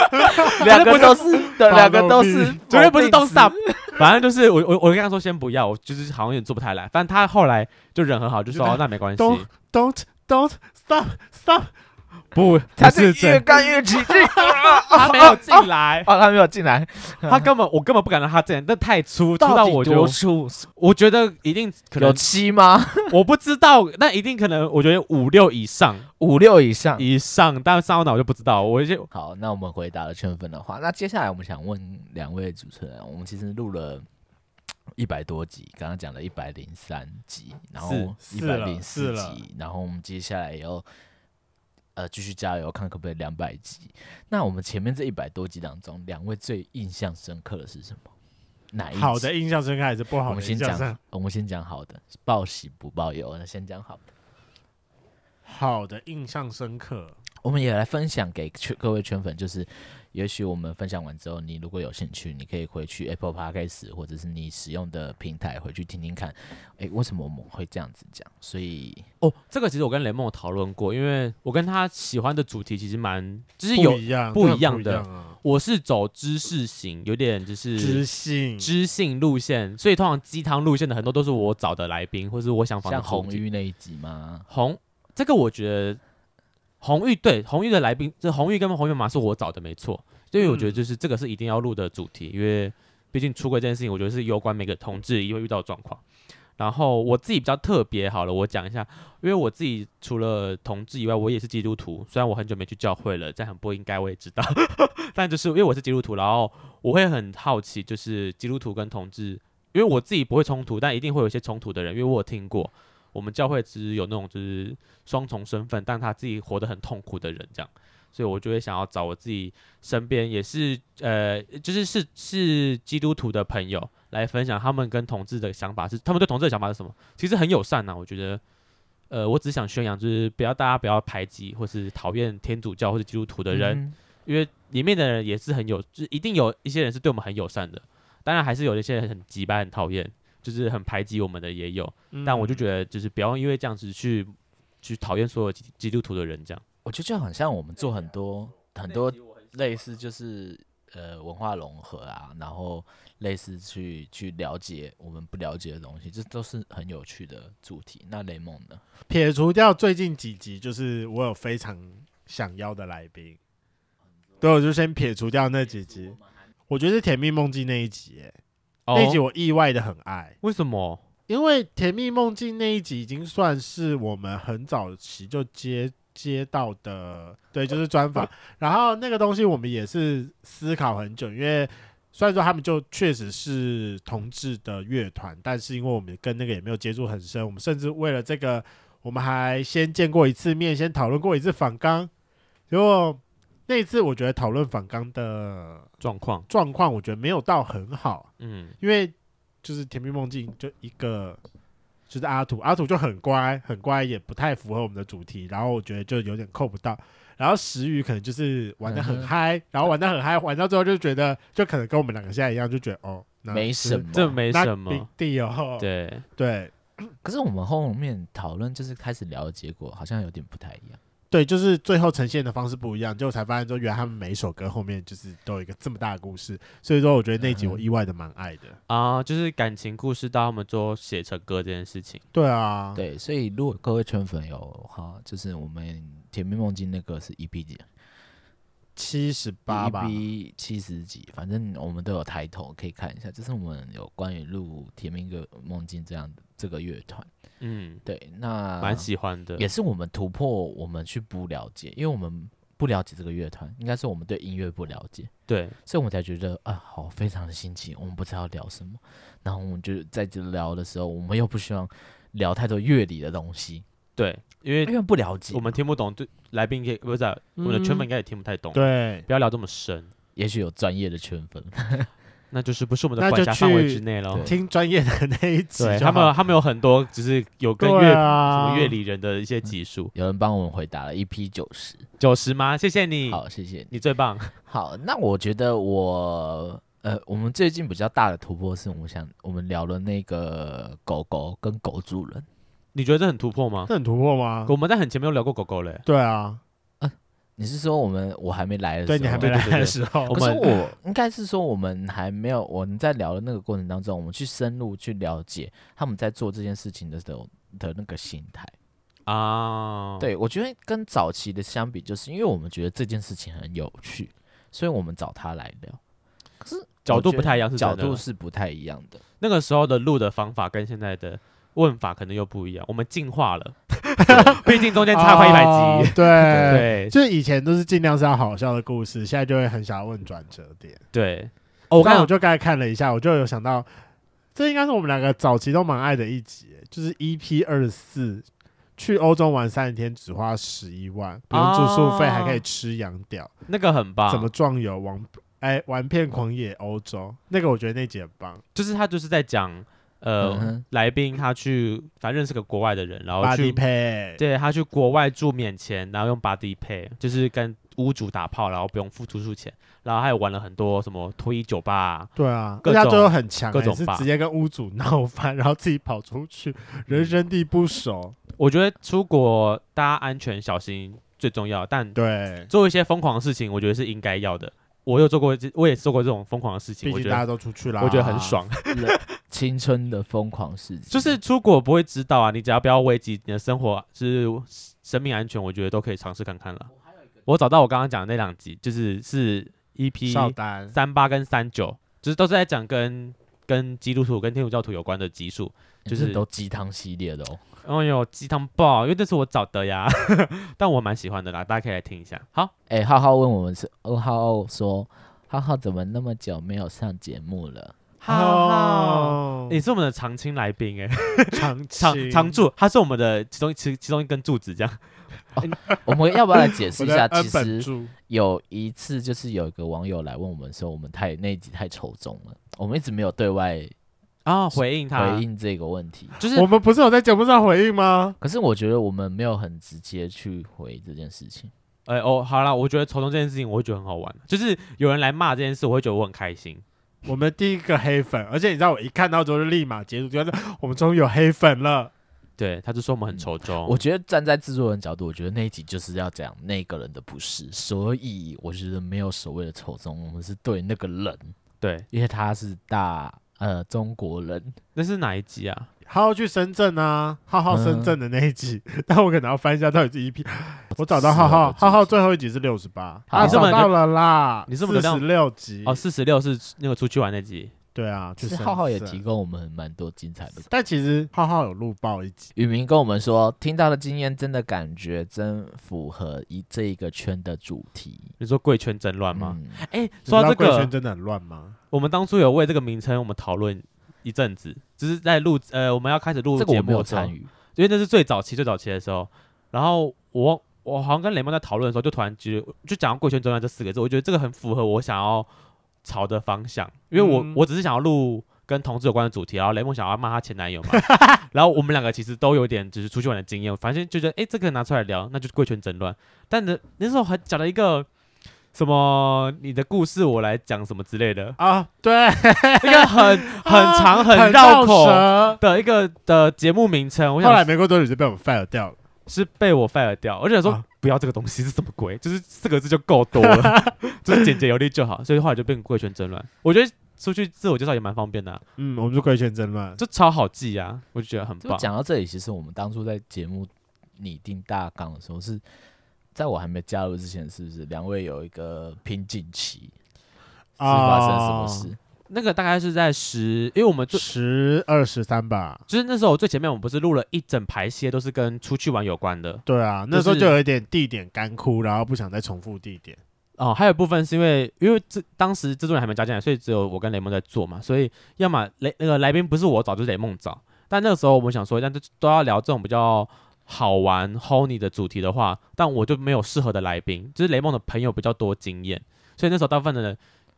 S1: 两个 [laughs] 都是，对，两个都是，
S3: 绝对不是 Don't
S1: 动
S3: stop。反正就是我我我跟他说先不要，我就是好像有点做不太来。反正他后来就人很好，就说
S2: 就
S3: 哦那没关系，
S2: Don't don't don't stop stop。
S3: [laughs] 不
S1: 他
S2: 不是
S1: 是越
S2: 真
S1: 干越 [laughs] 起劲。
S3: 他没有进来，
S1: 哦，他没有进来，
S3: 他根本我根本不敢让他进来，那太粗粗到
S1: 底
S3: 我觉
S1: 多
S3: 得
S1: 粗，
S3: 我觉得一定可
S1: 有
S3: 能
S1: 七吗？
S3: 我不知道，那一定可能我觉得五六以上
S1: 五六以上。
S3: 以上，但上到哪我就不知道，我就
S1: 好，那我们回答了圈粉的话，那接下来我们想问两位主持人，我们其实录了一百多集，刚刚讲了一百零三集，然后一
S2: 是
S1: 百
S2: 了
S1: 零
S2: 是
S1: 四
S2: 了
S1: 集，然后我们接下来也要呃继续加油，看可不可以两百集。那我们前面这一百多集当中，两位最印象深刻的是什么？哪一集
S2: 好的，印象深刻还是不
S1: 我
S2: 好
S1: 们
S2: 的
S1: 先
S2: 印象深
S1: 讲，我们先讲好的，报喜不报忧，那先讲好的。
S2: 好的印象深刻。
S1: 我们也来分享给圈各位圈粉，就是也许我们分享完之后，你如果有兴趣，你可以回去 Apple Podcast 或者是你使用的平台回去听听看，诶，为什么我们会这样子讲？所以
S3: 哦，这个其实我跟雷梦有讨论过，因为我跟他喜欢的主题其实蛮就是
S2: 不
S3: 有，
S2: 一样，
S3: 不
S2: 真的
S3: 一样
S2: 不一
S3: 的
S2: 样啊，
S3: 我是走知识型，有点就是
S2: 知性，
S3: 知性路线，所以通常鸡汤路线的很多都是我找的来宾，或是我想访的
S1: 像红
S3: 玉。
S1: 玉那一集吗？
S3: 红这个我觉得红玉对红玉的来宾，这红玉跟红玉妈妈是我找的，没错。所以我觉得
S2: 嗯
S3: 就是这个是一定要录的主题，因为毕竟出轨这件事情，我觉得是有关每个同志也会遇到的状况。然后我自己比较特别，好了，我讲一下，因为我自己除了同志以外，我也是基督徒。虽然我很久没去教会了，这样很不应该，我也知道， [laughs] 但就是因为我是基督徒，然后我会很好奇，就是基督徒跟同志，因为我自己不会冲突，但一定会有一些冲突的人，因为我有听过，我们教会其实有那种就是双重身份，但他自己活得很痛苦的人，这样，所以我就会想要找我自己身边也是呃，就是是是基督徒的朋友来分享他们跟同志的想法是，他们对同志的想法是什么？其实很友善呐、啊我觉得。呃，我只想宣扬，就是不要大家不要排挤或是讨厌天主教或是基督徒的人，
S1: 嗯
S3: 因为里面的人也是很有，就是一定有一些人是对我们很友善的，当然还是有一些人很急掰、很讨厌，就是很排挤我们的也有。
S2: 嗯
S3: 但我就觉得，就是不要因为这样子去去讨厌所有基基督徒的人这样。
S1: 我觉得就很像我们做很多很多类似就是呃文化融合啊，然后类似去去了解我们不了解的东西，这都是很有趣的主题。那雷蒙呢？
S2: 得撇除掉最近几集，就是我有非常想要的来宾，对，我就先哦撇除掉那几集。我觉得是《甜蜜梦境》那一集、欸，
S3: 哦
S2: 那一集我意外的很爱，
S3: 为什么？
S2: 因为《甜蜜梦境》那一集已经算是我们很早期就接接到的，对，就是专访。然后那个东西我们也是思考很久，因为虽然说他们就确实是同志的乐团，但是因为我们跟那个也没有接触很深，我们甚至为了这个。我们还先见过一次面，先讨论过一次反纲。结果那一次，我觉得讨论反纲的
S3: 状况，
S2: 状况，我觉得没有到很好，
S3: 嗯，
S2: 因为就是《甜蜜梦境》就一个，就是阿土，阿土就很乖，很乖，也不太符合我们的主题，然后我觉得就有点扣不到。然后石宇可能就是玩
S1: 嗯
S2: 的很
S1: 哼
S2: 嗨、然后玩的很嗨，玩到最后就觉得，就可能跟我们两个现在一样，就觉得哦，那
S1: 没什么。
S3: 嗯这没什
S2: Big
S3: 么，
S2: deal，哦
S3: 对，
S2: 对
S1: 可是我们后面讨论就是开始聊的结果，好像有点不太一样。
S2: 对，就是最后呈现的方式不一样，结果才发现说，原来他们每一首歌后面就是都有一个这么大的故事，所以说我觉得那一
S3: 嗯
S2: 集我意外的蛮爱的。
S3: 啊，就是感情故事到他们最后写成歌这件事情，
S2: 对啊，
S3: 嗯
S1: 对，所以如果各位圈粉有哈，就是我们《甜蜜梦境》那个是 EP 几啊
S2: 七十八吧，
S1: ，EP 七十几，反正我们都有抬头可以看一下。这是我们有关于录《甜蜜个梦境》这样的这个乐团。
S3: 嗯，
S1: 对，那
S3: 蛮喜欢的，
S1: 啊也是我们突破我们去不了解，因为我们不了解这个乐团，应该是我们对音乐不了解，
S3: 对，
S1: 所以我们才觉得啊，好非常的新奇，我们不知道聊什么。然后我们就在这聊的时候，我们又不希望聊太多乐理的东西，
S3: 对，因为
S1: 因为不了解
S3: 我。们听不懂，对来宾也不是啊我们的圈粉应该也听不太懂，
S2: 嗯对，
S3: 不要聊这么深，
S1: 也许有专业的圈粉，
S3: 那就是不是我们的
S2: 那
S3: 管
S2: 就
S3: 辖范围
S2: 去
S3: 之内了。
S2: 听专业的那一集
S3: 对
S2: 就
S3: 他
S2: 好，
S3: 们，他们有很多只是有跟
S2: 对
S3: 乐、什
S2: 啊
S3: 么乐理人的一些集数，
S1: [laughs] 有人帮我们回答了 EP 九十，
S3: 九十吗？谢谢
S2: 嗯
S3: 你，
S1: 好，谢谢你。
S3: 你最棒。
S1: 好，那我觉得我呃，我们最近比较大的突破是我们想我们聊了那个狗狗跟狗主人。
S3: 你觉得这很突破吗？
S2: 这很突破吗？
S3: 我们在很前面有聊过狗狗嘞、
S2: 啊对啊，
S1: 你是说我们我还没来的时
S3: 啊
S1: 候？
S2: 对你还没来的时候，
S1: 可是
S3: 我
S1: 我应该是说，我们还没有我们在聊的那个过程当中，我们去深入去了解他们在做这件事情的时候的那个心态。
S3: 啊，，
S1: 对我觉得跟早期的相比，就是因为我们觉得这件事情很有趣，所以我们找他来聊。可是
S3: 角度
S1: 我觉得
S3: 不太一样是真
S1: 角
S3: 的
S1: 度是不太一样的。
S3: 那个时候的录的方法跟现在的问法可能又不一样，我们进
S2: [laughs]
S3: 化了，毕竟中间差快一百集。
S2: 集，哦对。
S3: 对
S2: 就是以前都是尽量是要好笑的故事，现在就会很想要问转折点。
S3: 对，哦，我刚
S2: 但我
S3: 刚
S2: 就刚才看了一下，我就有想到，这应该是我们两个早期都蛮爱的一集，就是 EP 二四，去欧洲玩三十天只花十一万，不用住宿费，
S3: 哦
S2: 还可以吃羊屌，
S3: 那个很棒，
S2: 怎么壮游玩哎玩遍狂野欧洲，那个我觉得那集很棒，
S3: 就是他就是在讲呃、
S1: 嗯哼
S3: 来宾他去反正认识个国外的人，然后
S2: 巴
S3: 去
S2: 蒂配，
S3: 对他去国外住免钱，然后用 body pay，就是跟屋主打炮，然后不用付住宿钱，然后还有玩了很多什么脱衣酒吧啊、
S2: 对啊，
S3: 各
S2: 而且他
S3: 种
S2: 最后很强、
S3: 各
S2: 欸，
S3: 种
S2: 是
S3: 吧嗯
S2: 直接跟屋主闹翻，然后自己跑出去，人生地不熟，
S3: 我觉得出国大家安全小心最重要，但
S2: 对，
S3: 做一些疯狂的事情，我觉得是应该要的。我有做过这，我也做过这种疯狂的事情，
S2: 毕
S3: 我
S2: 竟
S3: 觉
S2: 大家
S3: 得
S2: 都啊出去啦，
S3: 我觉得很爽。 [laughs]
S1: 人青春的疯狂事情，
S3: 就是出国不会知道啊，你只要不要危及你的生活，就是生命安全，我觉得都可以尝试看看了。我找到我刚刚讲的那两集，就是是 E
S2: 少
S3: EP
S2: 单，
S3: 三八跟三九，就是都是在讲跟跟基督徒跟天主教徒有关的集数。就
S1: 就是是都鸡汤系列的哦。
S3: 哎呦，鸡汤爆！因为这是我找的呀， [laughs] 但我蛮喜欢的啦，大家可以来听一下。好，
S1: 哎、浩浩问我们是，哦，浩浩说，浩浩怎么那么久没有上节目了？ [laughs]
S3: 浩浩，
S2: 哦
S3: 你、是我们的常青来宾哎、
S2: 长
S3: 常常
S2: 住。
S3: 驻，他是我们的其中其其中一根柱子这样。
S1: 我们要不要来解释
S2: 我
S1: 一
S2: 的
S1: 下？
S2: 恩
S1: 其
S2: 本
S1: 实
S2: 柱
S1: 有一次，就是有一个网友来问我们说，我们太那一集太抽中了，我们一直没有对外
S3: 啊、回应他，
S1: 回应这个问题。
S3: 就是
S2: 我们不是有在节目上回应吗？
S1: 可是我觉得我们没有很直接去回这件事情。
S3: 哎、哦，好啦，我觉得抽中这件事情，我会觉得很好玩。就是有人来骂这件事，我会觉得我很开心。
S2: 我们第一个黑粉，而且你知道，我一看到之后就立马截图，觉得我们终于有黑粉了。
S3: 对，他就嗯说我们很抽中，
S1: 我觉得站在制作人角度，我觉得那一集就是要讲那个人的不是，所以我觉得没有所谓的抽中，我们是对那个人，
S3: 对，
S1: 因为他是大呃中国人。
S3: 那是哪一集啊？
S2: 浩浩去深圳啊，浩浩深圳的那一集， [laughs] 但我可能要翻一下到底是一 p 我找到浩浩，浩浩最后一集是六十八，
S1: 好
S2: 啊
S1: 你这
S3: 么
S2: 找到了啦，
S3: 你这么流
S2: 四
S3: 量
S2: 十六集
S3: 哦，四十六是那个出去玩那集，
S2: 对啊，去
S1: 其实
S2: 深
S1: 浩浩也
S2: 圳
S1: 提供我们蛮多精彩的。
S2: 但其实浩浩有录爆一集，
S1: 雨明跟我们说，听到的经验真的感觉真符合一这一个圈的主题。
S3: 你说贵圈争乱吗？
S1: 嗯，
S3: 哎、
S2: 你
S3: 说
S2: 知
S3: 到
S2: 道
S3: 这
S2: 贵圈
S3: 个，
S2: 真的很乱吗？
S3: 我们当初有为这个名称我们讨论一阵子，只是在录呃，我们要开始录
S1: 这个
S3: 节
S1: 我没
S3: 目
S1: 有
S3: 的时候
S1: 参，与，
S3: 因为那是最早期最早期的时候。然后我我好像跟雷蒙在讨论的时候，就突然觉得就讲到“贵圈专栏”这四个字，我觉得这个很符合我想要朝的方向，因为我、
S2: 嗯
S3: 我只是想要录跟同志有关的主题，然后雷蒙想要骂他前男友嘛，然后我们两个其实都有点就是出去玩的经验，反正就觉得哎、诶这个拿出来聊，那就是贵圈争乱。但那那时候还讲了一个。什么？你的故事我来讲什么之类的，
S2: [laughs] 啊，对，
S3: 一个很很长很绕
S2: 绕
S3: 口
S2: 舌
S3: 的一个的节目名称，我
S2: 后来
S3: 想
S2: 没过多久就被我们 fire 掉了。
S3: 是被我 fire 掉。我就想说
S2: 啊，
S3: 不要这个东西是什么鬼？ [laughs] 就是四个字就够多了， [laughs] 就是简洁有力就好。所以后来就变贵圈争乱。我觉得出去自我介绍也蛮方便的啊、
S2: 嗯，我们就规劝争乱。
S3: 就超好记啊，我就觉得很
S1: 就
S3: 棒。
S1: 讲到这里，其实我们当初在节目拟定大纲的时候是。在我还没加入之前，是不是两位有一个瓶颈期？是
S3: 啊
S1: 发生什
S2: 啊
S1: 么事？
S3: 那个大概是在十，因为我们就
S2: 十二十三吧。
S3: 就是那时候我最前面我们不是录了一整排些都是跟出去玩有关的
S2: 对啊，
S3: 就是
S2: 那时候就有一点地点干枯，然后不想再重复地点。
S3: 哦，还有一部分是因为因为这当时制作人还没加进来，所以只有我跟雷梦在做嘛，所以要么雷那个来宾不是我找，就是雷梦找。但那个时候我们想说，但就都要聊这种比较好玩 honey 的主题的话，但我就没有适合的来宾，就是雷梦的朋友比较多经验，所以那时候大部分的人，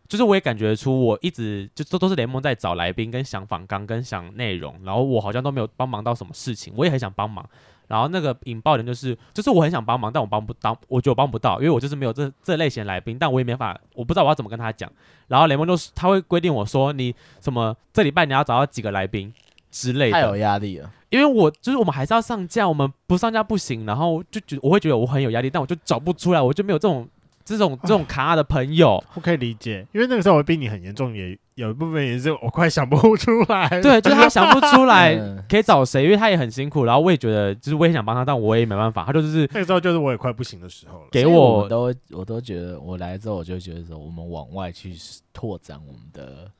S3: 就是我也感觉出我一直就都都是雷梦在找来宾跟想访纲跟想内容，然后我好像都没有帮忙到什么事情，我也很想帮忙。然后那个引爆点就是，就是我很想帮忙，但我帮不当，我觉得我帮不到，因为我就是没有这这类型的来宾，但我也没法，我不知道我要怎么跟他讲。然后雷蒙就是他会规定我说，你什么这礼拜你要找到几个来宾之类
S1: 太
S3: 的
S1: 有，压力了。
S3: 因为我就是我们还是要上架，我们不上架不行。然后就觉我会觉得我很有压力，但我就找不出来，我就没有这种这种
S2: 啊
S3: 这种卡的
S2: [laughs]
S3: 朋友。
S2: 我可以理解，因为那个时候我逼你很严重，也有一部分也是我快想不出来。，
S3: 对，就是他想不出来
S1: 嗯
S3: 可以找谁，因为他也很辛苦。然后我也觉得，就是我也想帮他，但我也没办法。他就是
S2: 那个时候就是我也快不行的时候了。
S3: 给
S1: 所以我
S3: 我
S1: 们都会我都觉得我来之后，我就觉得说我们往外去拓展我们的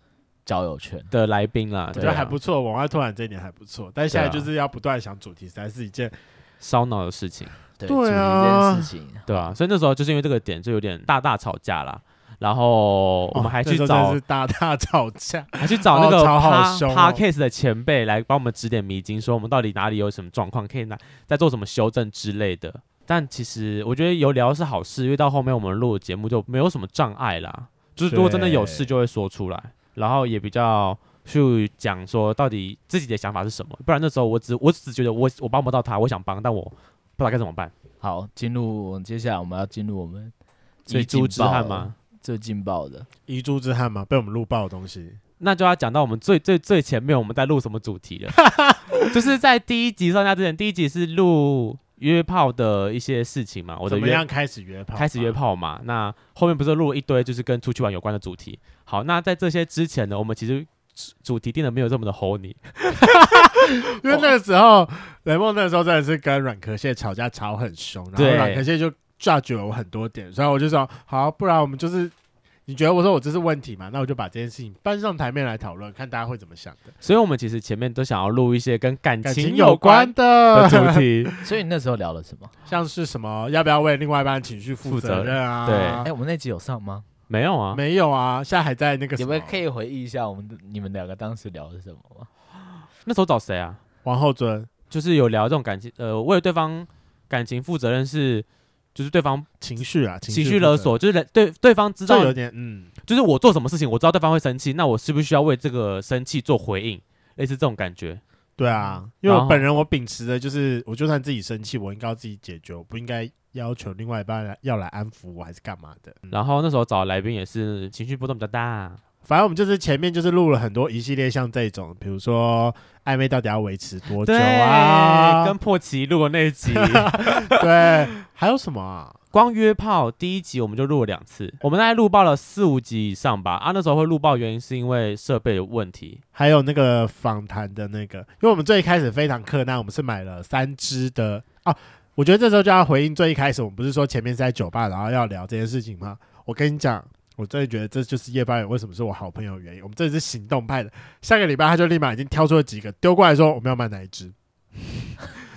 S1: 交友圈。
S3: 的来宾啦，
S2: 我
S1: 对
S2: 觉
S1: 啊
S2: 得
S3: 啊
S2: 还不错，往外拓展这一点还不错，但现在
S3: 对啊
S2: 就是要不断想主题，实在是一件
S3: 烧脑的事情。
S1: 对
S2: 对啊
S1: 主题这件事情，
S3: 对啊，所以那时候就是因为这个点就有点大大吵架啦。然后我们还
S2: 哦
S3: 去
S2: 那时候真
S3: 找
S2: 的是、大大吵架。 [laughs]
S3: 还去找那个
S2: 哦吵好
S3: pa
S2: 凶哦
S3: podcast 的前辈来帮我们指点迷津，说我们到底哪里有什么状况，可以拿再做什么修正之类的。但其实我觉得有聊是好事，因为到后面我们录的节目就没有什么障碍啦。就是如果真的有事
S2: 对
S3: 就会说出来，然后也比较去讲说到底自己的想法是什么。不然那时候我只我只觉得我我帮不到他，我想帮，但我不知道该怎么办。
S1: 好，进入我们接下来我们要进入我们
S3: 所
S1: 最
S3: 以猪
S1: 劲
S3: 之
S1: 爆
S3: 汉
S1: 的
S3: 吗？
S1: 最劲爆的，
S2: 遗珠之憾嘛，被我们录爆的东西。
S3: 那就要讲到我们最最最前面我们在录什么
S2: [laughs]
S3: 主题了，就是在第一集上架之前，第一集是录约炮的一些事情嘛，我的
S2: 怎么
S3: 约
S2: 样开始约炮？
S3: 开始约。炮嘛，那后面不是录了一堆就是跟出去玩有关的主题。好，那在这些之前呢，我们其实主主题定的没有这么
S2: [laughs]
S3: 的 honey，
S2: 因为那个时候雷梦那个时候真的是跟软壳蟹吵架吵很凶，然后
S3: 对
S2: 软壳蟹就 judge 了我很多点，所以我就说好，啊不然我们就是你觉得我说我这是问题嘛，那我就把这件事情搬上台面来讨论，看大家会怎么想的，
S3: 所以我们其实前面都想要录一些跟感
S2: 感
S3: 情
S2: 情有关
S3: 关
S2: 的， [laughs]
S3: 的主题。
S1: 所以那时候聊了什么？
S2: 像是什么要不要为另外一半情绪负责任啊？
S3: 负责
S1: 哎、
S3: 任
S1: 我们那集有上吗？
S3: 没有啊，
S2: 没有啊，现在还在那个
S1: 你
S2: 什
S1: 们
S2: 么
S1: 可以回忆一下我们你们两个当时聊的是什么吗？
S3: 那时候找谁啊？
S2: 王后尊
S3: 就是有聊这种感情，呃，为对方感情负责任是，就是对方
S2: 情绪啊，
S3: 情
S2: 绪
S3: 绪勒
S2: 负责
S3: 索，就是人对对方知
S2: 就
S3: 道
S2: 有点嗯，
S3: 就是我做什么事情，我知道对方会生气，那我是不是需要为这个生气做回应？类似这种感觉，
S2: 对啊，因为
S3: 然
S2: 我
S3: 后
S2: 本人我秉持的就是，我就算自己生气，我应该要自己解决，我不应该要求另外一半来要来安抚我，还是干嘛的。嗯
S3: 然后那时候找来宾也是情绪波动比较大，
S2: 反正我们就是前面就是录了很多一系列像这种，比如说暧昧到底要维持多久啊？
S3: 跟破奇录的那一集，
S2: 对，还有什么啊？
S3: 光约炮第一集我们就录了两次，我们大概录爆了四五集以上吧。啊，那时候会录爆原因是因为设备有问题，
S2: 还有那个访谈的那个，因为我们最一开始非常困难，我们是买了三支的哦。我觉得这时候就要回应最一开始，我们不是说前面是在酒吧，然后要聊这件事情吗？我跟你讲，我真的觉得这就是夜班人为什么是我好朋友的原因。我们这里是行动派的，下个礼拜他就立马已经挑出了几个丢过来说我们要买哪一支，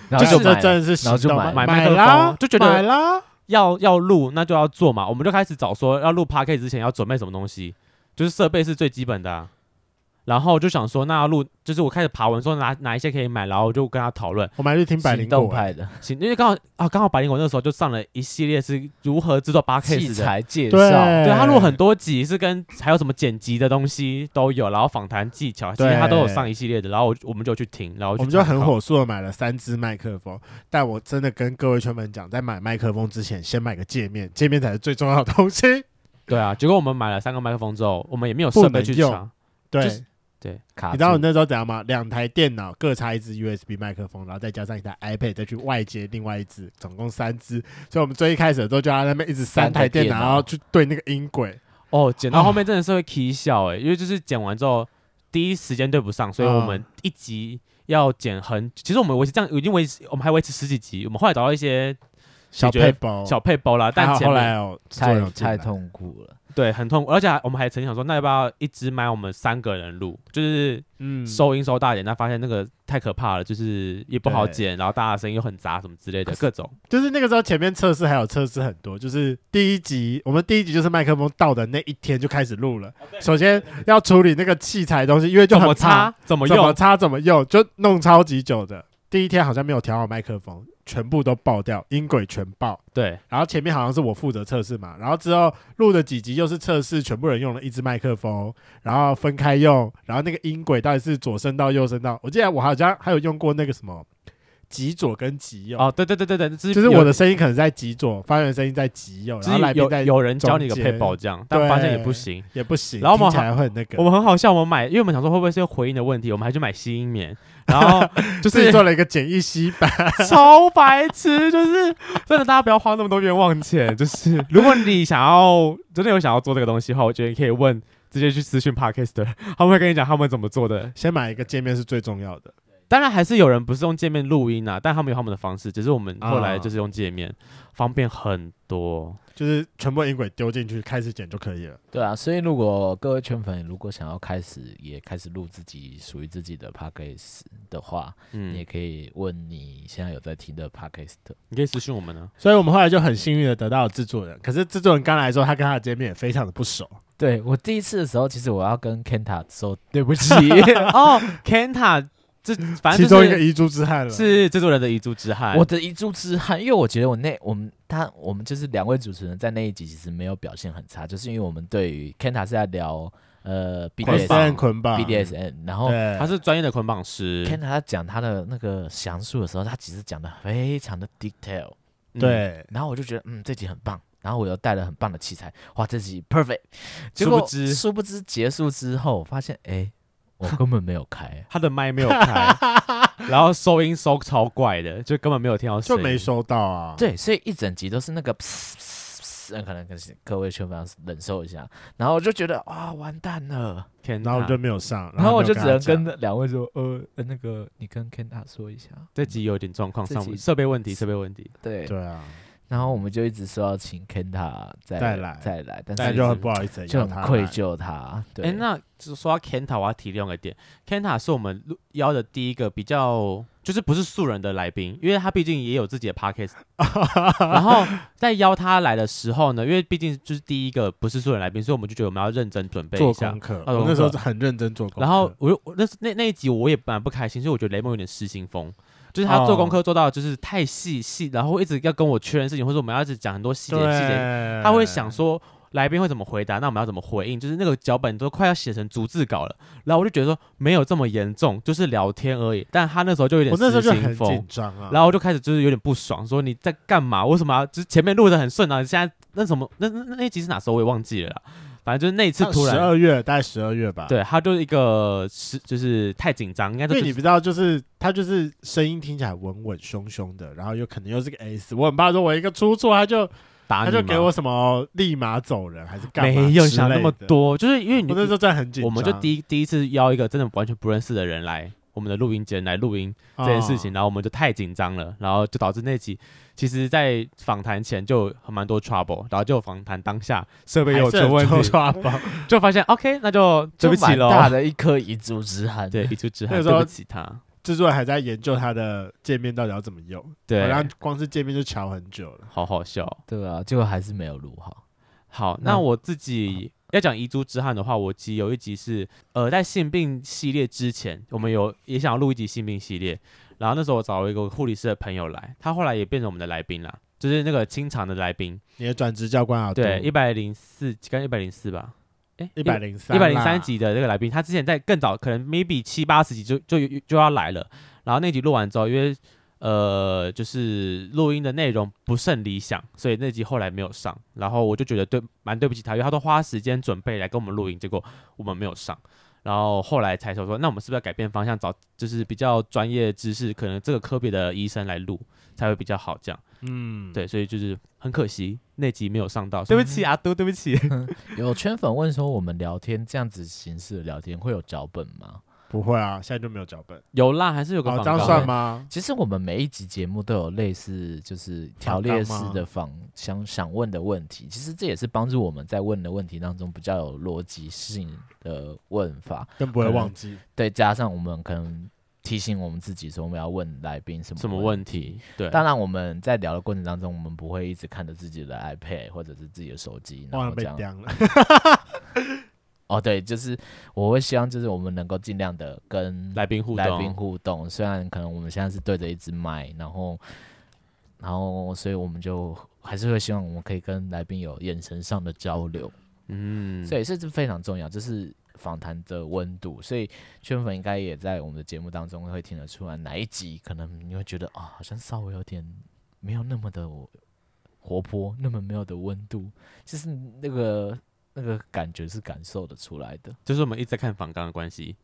S1: 然后
S2: 就是
S1: 就
S2: 这
S1: 买了
S2: 真的是行
S1: 然后就
S2: 动
S1: 买
S2: 派
S3: 买麦
S2: 买
S3: 克
S2: 啦
S3: 风，就觉得
S2: 买啦，
S3: 要要录那就要做嘛，我们就开始找说要录 p a r k 之前要准备什么东西，就是设备是最基本的啊、然后就想说，那要录就是我开始爬文说哪哪一些可以买，然后我就跟他讨论。
S2: 我们还去听百灵
S1: 行动
S2: 果、欸， [laughs]
S1: 派的
S3: 行，因为刚好啊，刚好百灵果那时候就上了一系列是如何制作八 K
S1: 器
S3: 的，
S1: 材介
S2: 对
S1: 绍，
S3: 对他录很多集是跟还有什么剪辑的东西都有，然后访谈技巧，其实他都有上一系列的，然后我我们就去听，然后去
S2: 我们就很
S3: 参考。
S2: 火速的买了三支麦克风，但我真的跟各位圈粉讲，在买麦克风之前，先买个界面，界面才是最重要的东西。
S3: 对啊，结果我们买了三个麦克风之后，我们也没有设备去
S2: 不能用
S3: 抢，
S2: 对，
S3: 就是
S1: 卡
S2: 你知道我
S1: 住
S2: 那时候怎样吗？两台电脑各插一支 USB 麦克风，然后再加上一台 iPad，再去外接另外一支，总共三支。所以我们最一开始的时候就在那边一直三
S1: 三台
S2: 台电
S1: 电
S2: 脑，
S1: 脑
S2: 然后去对那个音轨。
S3: 哦，剪到后面真的是会 k 笑哎、因为就是剪完之后第一时间对不上，所以我们一集要剪很，其实我们维持这样已经维持，我们还维持十几集，我们后来找到一些
S2: 小
S3: 你觉得
S2: 配包，
S3: 小配包啦，但
S2: 还好
S3: 前
S2: 后
S3: 面
S2: 来哦，作
S1: 太
S2: 用进
S1: 太
S2: 来
S1: 痛苦了。
S3: 对很痛苦，而且还我们还曾想说，那要不要一直买我们三个人录，就是
S2: 嗯，
S3: 收音收大一点，但发现那个太可怕了，就是也不好
S2: 对
S3: 剪，然后大家声音又很杂，什么之类
S2: [laughs]
S3: 的各种。
S2: 就是那个时候前面测试还有测试很多，就是第一集我们第一集就是麦克风到的那一天就开始录
S3: 哦
S2: 了。首先要处理那个器材的东西，因为就
S3: 怎
S2: 很
S3: 么
S2: 怕
S3: 插， [laughs] 怎么
S2: 怎么
S3: 用，
S2: 插怎么用，就弄超级久的。第一天好像没有调好麦克风，全部都爆掉，音轨全爆。
S3: 对
S2: 然后前面好像是我负责测试嘛，然后之后录的几集又是测试全部人用了一支麦克风，然后分开用，然后那个音轨到底是左声道右声道，我记得我好像还有用过那个什么极左跟极右，
S3: 哦，对对对对对，就是
S2: 就是
S3: 有
S2: 我的，声音可能在极左，发源声音在极右，
S3: 就
S2: 然后来
S3: 是
S2: 宾
S3: 有
S2: 在
S3: 有人教你一个
S2: 中
S3: 配
S2: 间
S3: 宝这样，但发现也不行。
S2: 也不行，
S3: 然后我
S2: 听
S3: 们
S2: 起来会很那个，
S3: 我们很好笑，我们买，因为我们想说会不会是回应的问题，我们还去买吸音棉，然后 [laughs] 就
S2: 自己
S3: 是
S2: 做了一个简易吸版，
S3: [laughs] 超白痴，就是真的大家不要花那么多冤枉钱。就是如果你想要真的有想要做这个东西的话，我觉得你可以问直接去私讯 Podcast，的他们会跟你讲他们怎么做的。
S2: 先买一个界面是最重要的。
S3: [laughs] 当然还是有人不是用界面录音啊，但他们有他们的方式，只是我们后来就是用界面，方便很多。
S2: 就是全部音轨丢进去开始剪就可以了。
S1: 对啊，所以如果各位圈粉如果想要开始也开始录自己属于自己的 podcast 的话，你也
S3: 嗯，
S1: 可以问你现在有在听的 podcast，
S3: 你可以私讯我们呢、
S2: 所以我们后来就很幸运的得到了制作人，可是制作人刚来的时候，他跟他的界面也非常的不熟。
S1: 对我第一次的时候，其实我要跟 Kenta 说对不
S2: [laughs]
S1: 起，
S3: 哦，Kenta，这反
S2: 其
S3: 正
S2: 中
S3: 就
S2: 一个
S3: 是
S2: 遗珠之憾了，
S3: 是制作人的遗珠之憾。
S1: 我的一柱之汗，因为我觉得我那我们他我们就是两位主持人在那一集其实没有表现很差，就是因为我们对于 Kenta 是在聊呃
S2: 捆绑
S1: BDSM
S2: 捆绑
S1: BDSM，然后
S2: 对，
S3: 他是专业的捆绑师，
S1: Kenta 他讲他的那个详述的时候，他其实讲的非常的 detail，
S3: 嗯，
S2: 对，
S1: 然后我就觉得嗯这集很棒，然后我又带了很棒的器材，哇这集 perfect，结
S3: 殊不
S1: 果
S3: 知，
S1: 殊不知结束之后发现哎我根本没有开
S3: 他的麦没有开，
S2: [laughs]
S3: 然后收音收超怪的，就根本没有听到声
S2: 就
S3: 音，
S2: 没收到啊。，
S1: 对，所以一整集都是那个，那可能可是各位全部要忍受一下，然后我就觉得啊完蛋了，
S3: Kenta。
S2: 然后我就没有上，
S1: 然后我就只能
S2: 没有他讲
S1: 跟两位说呃呃那个你跟 Ken 大说一下，
S3: 这集有点状况，
S1: 自
S3: 上
S1: 己
S3: 设备问题，设备问题。
S1: 对，
S2: 对啊，
S1: 然后我们就一直说要请 Ken 大再
S2: 再来
S1: 再来，但
S2: 但
S1: 是
S2: 就很不好意思，
S1: 就
S2: 要他
S1: 很
S2: 来
S1: 愧。
S2: [laughs]
S1: 疚他，对，
S3: 哎，那说到 Kenta，我要提另外一个点，Kenta 是我们录邀的第一个比较，就是不是素人的来宾，因为他毕竟也有自己
S2: [laughs]
S3: 的 podcast。然后在邀他来的时候呢，因为毕竟就是第一个不是素人来宾，所以我们就觉得我们要认真准备
S2: 做
S3: 一下
S2: 功。课，
S3: 做
S2: 我那时候
S3: 功课
S2: 很认真做功课。
S3: 然后我又我那那那一集我也蛮不开心，所以我觉得雷蒙有点失心疯，就是
S2: 哦
S3: 他做功课做到就是太细细，然后一直要跟我确认事情，或者我们要一直讲很多细节
S2: 对
S3: 细节他
S2: 嗯
S3: 会想，说来宾会怎么回答，那我们要怎么回应？就是那个脚本都快要写成逐字稿了，然后我就觉得说没有这么严重，就是聊天而已。但他那时候就有点
S2: 我那时候
S3: 失
S2: 就
S3: 心
S2: 很紧
S3: 疯，
S2: 张啊。
S3: 然后我就开始就是有点不爽，说你在干嘛？为什么要？就是前面录的很顺啊，现在那什么那那那那一集是哪时候我也忘记了啦，反正就是那一次突
S2: 十
S3: 然。
S2: 二月，大概十二月吧。，
S3: 对他就是一个是就是太紧张，应该
S2: 因
S3: 说
S2: 为
S3: 就
S2: 你
S3: 是
S2: 不知道，就是他就是声音听起来稳稳凶凶的，然后又可能又是个 S，我很怕说我一个出错，他就他
S3: 打你
S2: 就
S3: 嘛
S2: 给我什么立马走人还是干嘛？
S3: 没有想那么。多，就是因为你
S2: 我那时候真的很紧张，
S3: 我们就第一第一次邀一个真的完全不认识的人来我们的录音间来录音，这件事情，
S2: 哦
S3: 然后我们就太紧张了，然后就导致那集其实，在访谈前就有蛮多 trouble，然后就访谈当下设备
S2: 还
S3: 又有
S2: 是很
S3: 出问
S2: [laughs] 多
S3: 题，
S2: 抓包
S3: 就发现 OK，
S2: [laughs]
S3: 那就对
S1: 就
S3: 不起
S1: 蛮大
S3: 喽。
S1: 的一颗遗珠之憾，
S3: 对，一出之
S2: 那
S3: 憾，
S2: 个时
S3: 对
S2: 候
S3: 不起他。
S2: 制作人还在研究他的界面到底要怎么用，
S3: 对，
S2: 然后光是界面就瞧很久了。
S3: 好好笑。
S2: 嗯
S1: 对啊，结果还是没有录好，
S3: 好，
S1: 那
S3: 那我自己要讲遗珠之憾的话，我其实有一集是呃，在性病系列之前，我们有也想要录一集性病系列，然后那时候我找了一个护理师的朋友来，他后来也变成我们的来宾啦，就是那个清场的来宾，
S2: 你的转职教官啊，
S3: 对，一百零四跟一百零四吧，哎，
S2: 一百零三，
S3: 一百零三，集的这个来宾，他之前在更早，可能 maybe 七八十集就就就要来了。然后那集录完之后，因为呃，就是录音的内容不甚理想，所以那集后来没有上。然后我就觉得对，蛮对不起他，因为他都花时间准备来跟我们录音，结果我们没有上。然后后来才想说，那我们是不是要改变方向，找就是比较专业知识，可能这个科别的医生来录才会比较好？这样
S2: 嗯，
S3: 对，所以就是很可惜那集没有上到，对嗯不起阿都，对不起。
S1: 有圈粉问说，我们聊天这样子形式的聊天会有脚本吗？
S2: 不会啊，现在就没有脚本，
S3: [laughs] 有啦，还是有个
S2: 好，
S3: 广
S2: 这样
S3: 告。
S2: 算吗？
S1: 其实我们每一集节目都有类似就是条列式的访想想问的问题，其实这也是帮助我们在问的问题当中比较有逻辑性的问法。
S2: 更不会忘记，
S1: 对，加上我们可能提醒我们自己说我们要问来宾什么
S3: 什么
S1: 问
S3: 问题？对，
S1: 当然，我们在聊的过程当中，我们不会一直看着自己的 iPad 或者是自己的手机，然
S2: 忘了
S1: 后这
S2: 被
S1: 样。
S2: 刁了。
S3: [laughs]
S1: 哦，对，就是我会希望，就是我们能够尽量的跟
S3: 来宾互
S1: 来
S3: 动，
S1: 宾互动。虽然可能我们现在是对着一支麦，然后，然后，所以我们就还是会希望我们可以跟来宾有眼神上的交流，
S3: 嗯，
S1: 所以这是非常重要，这是访谈的温度。所以圈粉应该也在我们的节目当中会听得出来，哪一集可能你会觉得啊、好像稍微有点没有那么的活泼，那么没有的温度，就是那个。那个感觉是感受得出来的，
S3: 就是我们一直在看访纲的关系，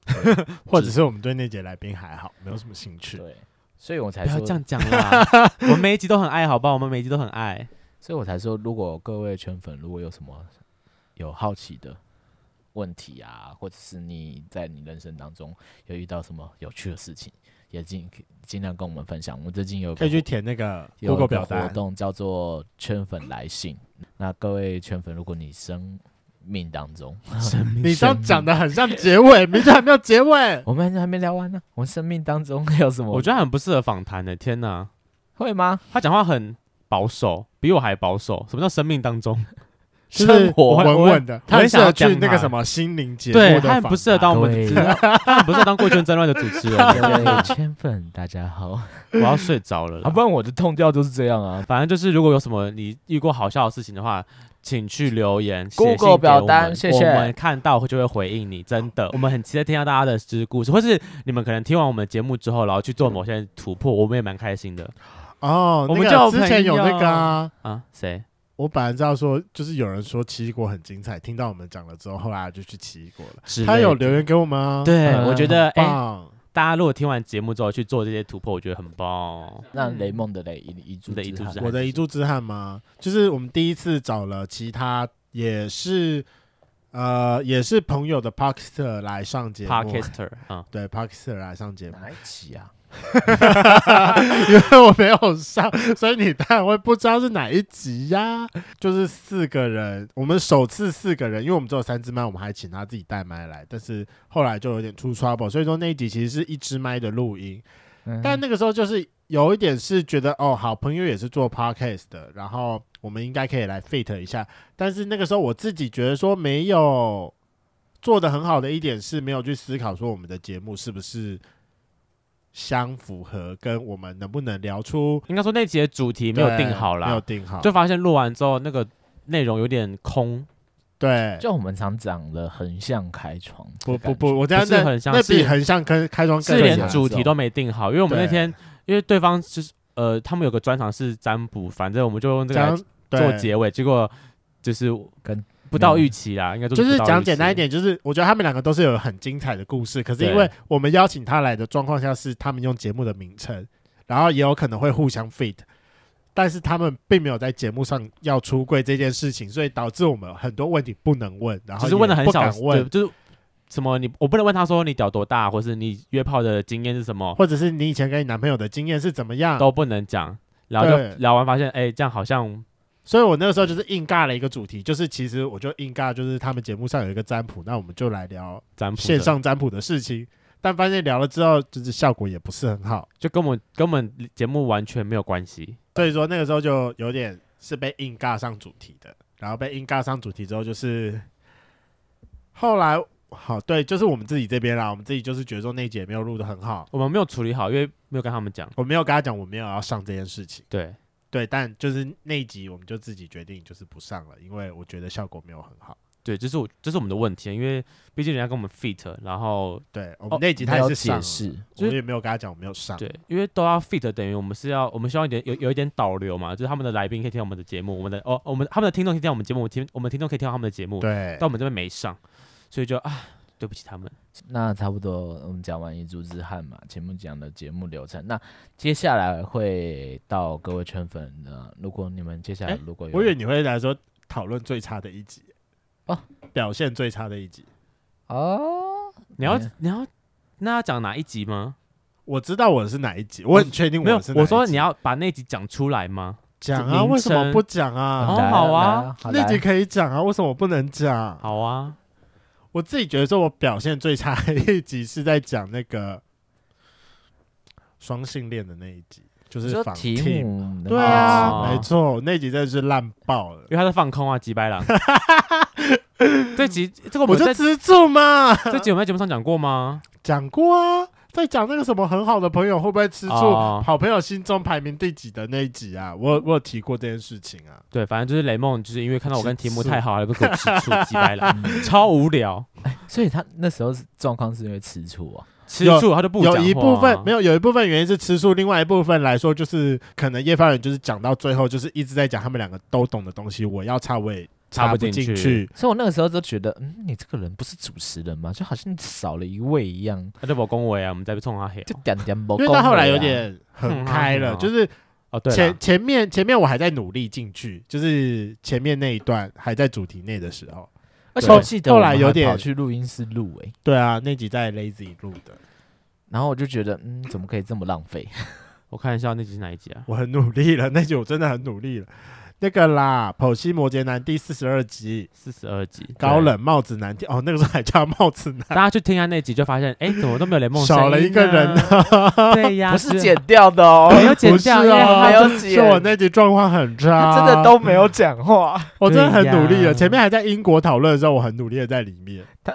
S2: 或者是我们对那节来宾还好，没有什么兴趣。
S1: 对，所以我才
S3: 不要
S1: 说
S3: 这样讲啦， [laughs] 我们每一集都很爱，好不好？我们每一集都很爱，
S1: 所以我才说，如果各位圈粉如果有什么有好奇的问题啊，或者是你在你人生当中有遇到什么有趣的事情，也尽尽量跟我们分享。我们最近有一个
S2: 可以去填那个
S1: 有一
S2: Google
S1: 个
S2: 表
S1: 活
S2: 单，
S1: 动叫做圈粉来信。那各位圈粉，如果你生命当中，
S2: 你这样讲的很像结尾，明天还没有结
S3: [laughs]
S2: 尾。
S1: 我们还没聊完呢，我们生命当中有什么？
S3: 我觉得很不适合访谈的。欸天哪，
S1: 会吗？
S3: 他讲话很保守，比我还保守。什么叫生命当中？
S2: 就是
S1: 活
S2: 稳稳的，他很适合去
S3: 我很想要讲
S2: 那
S3: 他
S2: 个什么心灵节目
S3: 对
S2: 的
S3: 他
S2: 访
S3: 很
S2: 谈，
S3: 不适合当我们的
S1: 对
S3: 主持
S1: [laughs]
S3: 人，他很不适合当过圈争乱的主持人。
S1: 各位圈粉，大家好。
S3: 我要睡着了啦
S1: 啊，不然我的痛调就是这样啊。
S3: 反正就是，如果有什么你遇过好笑的事情的话，请去留言
S1: Google
S3: 写信给我们
S1: 表单谢谢
S3: 我们看到就会回应你，真的，我们很期待听到大家的就是故事，或是你们可能听完我们节目之后，然后去做某些突破，我们也蛮开心的
S2: 哦。
S3: 我们
S2: 那个
S3: 就有
S2: 之前有
S3: 朋友
S2: 那个啊，
S3: 啊。谁？
S2: 我本来知道说，就是有人说奇异果很精彩，听到我们讲了之后，后来就去奇异果了。
S3: 之类的
S2: 他有留言给我们啊，，
S3: 对，
S1: 嗯
S3: 我觉得哎、
S2: 棒，
S3: 大家如果听完节目之后去做这些突破，我觉得很棒。
S1: 那雷梦的雷一一柱
S3: 嗯的一柱之
S1: 之
S3: 寒
S1: 寒
S2: 我的一柱之汉吗？就是我们第一次找了其他也是呃也是朋友的 Parker 来上节目
S3: Podcaster 啊、
S2: 对 Parker 来上节目， [laughs]
S1: 哪一期啊？
S2: 因为我没有上，所以你当然会不知道是哪一集呀、就是四个人，我们首次四个人，因为我们只有三支麦，我们还请他自己带麦来，但是后来就有点出 trouble，所以说那一集其实是一支麦的录音，
S1: 嗯
S2: 但那个时候就是有一点是觉得哦，好朋友也是做 podcast 的，然后我们应该可以来 fit 一下。但是那个时候我自己觉得说没有做的很好的一点是没有去思考说我们的节目是不是相符合，跟我们能不能聊出
S3: 应该说那集的主题没有
S2: 对
S3: 定好
S2: 没有
S3: 啦，
S2: 定好，
S3: 就发现录完之后那个内容有点空，
S2: 对，
S1: 就我们常讲的横向开窗，
S2: 不不不，，我这样
S3: 不是
S2: 那
S3: 很像
S2: 那
S3: 是
S2: 比很像开开装更
S3: 是
S1: 对
S3: 连
S2: 难
S3: 主
S2: 受
S3: 题都没定好，因为我们那
S2: 对
S3: 天因为对方就是呃，他们有个专场是占卜，反正我们就用这个来
S2: 讲
S3: 做
S2: 对嗯
S3: 结尾，结果就是
S1: 跟
S3: 不到预期啦，应该
S2: 就是
S3: 不到预
S2: 讲
S3: 期
S2: 简单一，点，就是我觉得他们两个都是有很精彩的故事，可是因
S3: 对
S2: 为我们邀请他来的状况下是他们用节目的名称，然后也有可能会互相 fit，但是他们并没有在节目上要出柜这件事情，所以导致我们很多问题不能问，然后
S3: 只是问的
S2: 也
S3: 很
S2: 不
S3: 小，
S2: 敢
S3: 对，
S2: 问，
S3: 就是什么你我不能问他说你屌多大，或是你约炮的经验是什么，
S2: 或者是你以前跟你男朋友的经验是怎么样？
S3: 都不能讲。然后就
S2: 啊对
S3: 聊完发现，哎，这样好像
S2: 所以我那个时候就是硬尬了一个主题，就是其实我就硬尬，就是他们节目上有一个占卜，那我们就来聊
S3: 占卜的
S2: 线上占卜的事情，但发现聊了之后，就是效果也不是很好。
S3: 就跟我们跟我们节目完全没有关系。
S2: 所以说那个时候就有点是被硬尬上主题的，然后被硬尬上主题之后，就是后来好对，就是我们自己这边啦，我们自己就是觉得说那一集也没有录的很好，
S3: 我们没有处理好，因为没有跟他们讲。
S2: 我没有跟他讲我没有要上这件事情，
S3: 对，
S2: 对，但就是那一集我们就自己决定就是不上了，因为我觉得效果没有很好。
S3: 对，这是我这是我们的问题，因为毕竟人家跟我们 fit，然后
S2: 对我
S3: 哦
S2: 们那一集他
S1: 没
S2: 也
S1: 有
S2: 是上啊
S1: 解
S2: 了，
S1: 释，
S2: 我们也没有跟他讲我没有上，
S3: 对，因为都要 fit，等于我们是要我们需要一点有有一点导流嘛，就是他们的来宾可以听到我们的节目，我们的哦我们他们的听众可以听到我们节目，我们听我们听众可以听到他们的节目，
S2: 对
S3: 但我们这边没上，所以就啊对不起他们。
S1: 那差不多，我们讲完一株之汉嘛，前面讲的节目流程。那接下来会到各位圈粉的，如果你们接下来
S2: 哎
S1: 如果有，
S2: 我以为你会来说讨论最差的一集
S1: 哦，
S2: 表现最差的一集。
S1: 哦，
S3: 你要、
S1: 哎
S3: 你要那要讲哪一集吗？
S2: 我知道我是哪一集，我很确定
S3: 哦没有
S2: 是，哪一集。
S3: 我说你要把那集讲出来吗？
S2: 讲
S3: 名
S2: 啊，
S3: 称
S2: 为什么不讲啊？
S3: 哦
S1: 来
S3: 好啊，
S1: 来
S2: 那集
S1: 好来
S2: 可以讲啊，为什么不能讲？
S3: 好啊，
S2: 我自己觉得说我表现最差的一集是在讲那个双性恋的那一集，就
S1: 你
S2: 是
S1: 说
S2: 仿
S1: 题
S2: team。
S1: 目的
S2: 对
S1: 话
S2: 啊，
S3: 哦
S2: 没错，那集真的是烂爆了
S3: 因。为他在放空啊，几
S2: [laughs]
S3: 百郎。这集这个我
S2: 我
S3: 们
S2: 就
S3: 在
S2: 吃醋嘛，
S3: 这集我们在节目上讲过吗？
S2: 讲过啊，在讲那个什么很好的朋友会不会吃醋，
S3: 哦
S2: 好朋友心中排名第几的那一集啊，我有我有提过这件事情啊。
S3: 对，反正就是雷梦，就是因为看到我跟
S2: 吃
S3: 题目
S2: 醋
S3: 太好了，不给我吃
S2: [laughs]
S3: 醋，几百郎，超无聊，
S1: 所以他那时候是状况是因为吃醋啊，
S3: 吃
S2: 有
S3: 醋他就不讲
S2: 有
S3: 话啊
S2: 一部分没
S3: 有，
S2: 有，有一部分原因是吃素，另外一部分来说就是可能叶凡人就是讲到最后就是一直在讲他们两个都懂的东西，我要插我也
S3: 插
S2: 不
S3: 不进
S2: 进
S3: 去
S2: 去。
S1: 所以我那个时候就觉得，嗯，你这个人不是主持人嘛，就好像少了一位一样，
S3: 他就不恭维啊，我们再被冲他黑
S1: 就点点不
S2: 因为到后来有点很开了，
S3: 嗯
S2: 就是
S3: 哦，对
S2: 前
S3: 了，
S2: 前面前面我还在努力进去，就是前面那一段还在主题内的时候，
S1: 而且我
S2: 后
S1: 记得
S2: 后
S1: 我
S2: 来
S1: 们
S2: 有
S1: 还
S2: 点
S1: 跑去录音室录诶、
S2: 对啊，那集在 Lazy 录的，
S1: 然后我就觉得，嗯，怎么可以这么浪费？
S3: 我看一下那集是哪一集啊？
S2: 我很努力了，那集我真的很努力了。那个啦，《剖析摩羯男》第四十二集，
S3: 四十二集，
S2: 高
S3: 对，
S2: 冷帽子男听哦，那个时候还叫他帽子
S3: [laughs]
S2: 男，
S3: 大家去听一下那集就发现，哎，怎么都没有雷梦声音
S2: 少了一个人 [laughs]
S3: 呢？对呀，
S1: 不是剪掉的哦，
S3: 没有剪
S2: 不是
S3: 掉，因为
S2: 啊
S3: 还
S1: 没
S3: 有
S1: 有剪，
S2: 是我那啊集状况很差，
S1: 他真的都没有讲话。
S2: 我真的很
S3: 对呀
S2: 努力了。前面还在英国讨论的时候，我很努力的在里面。
S1: 啊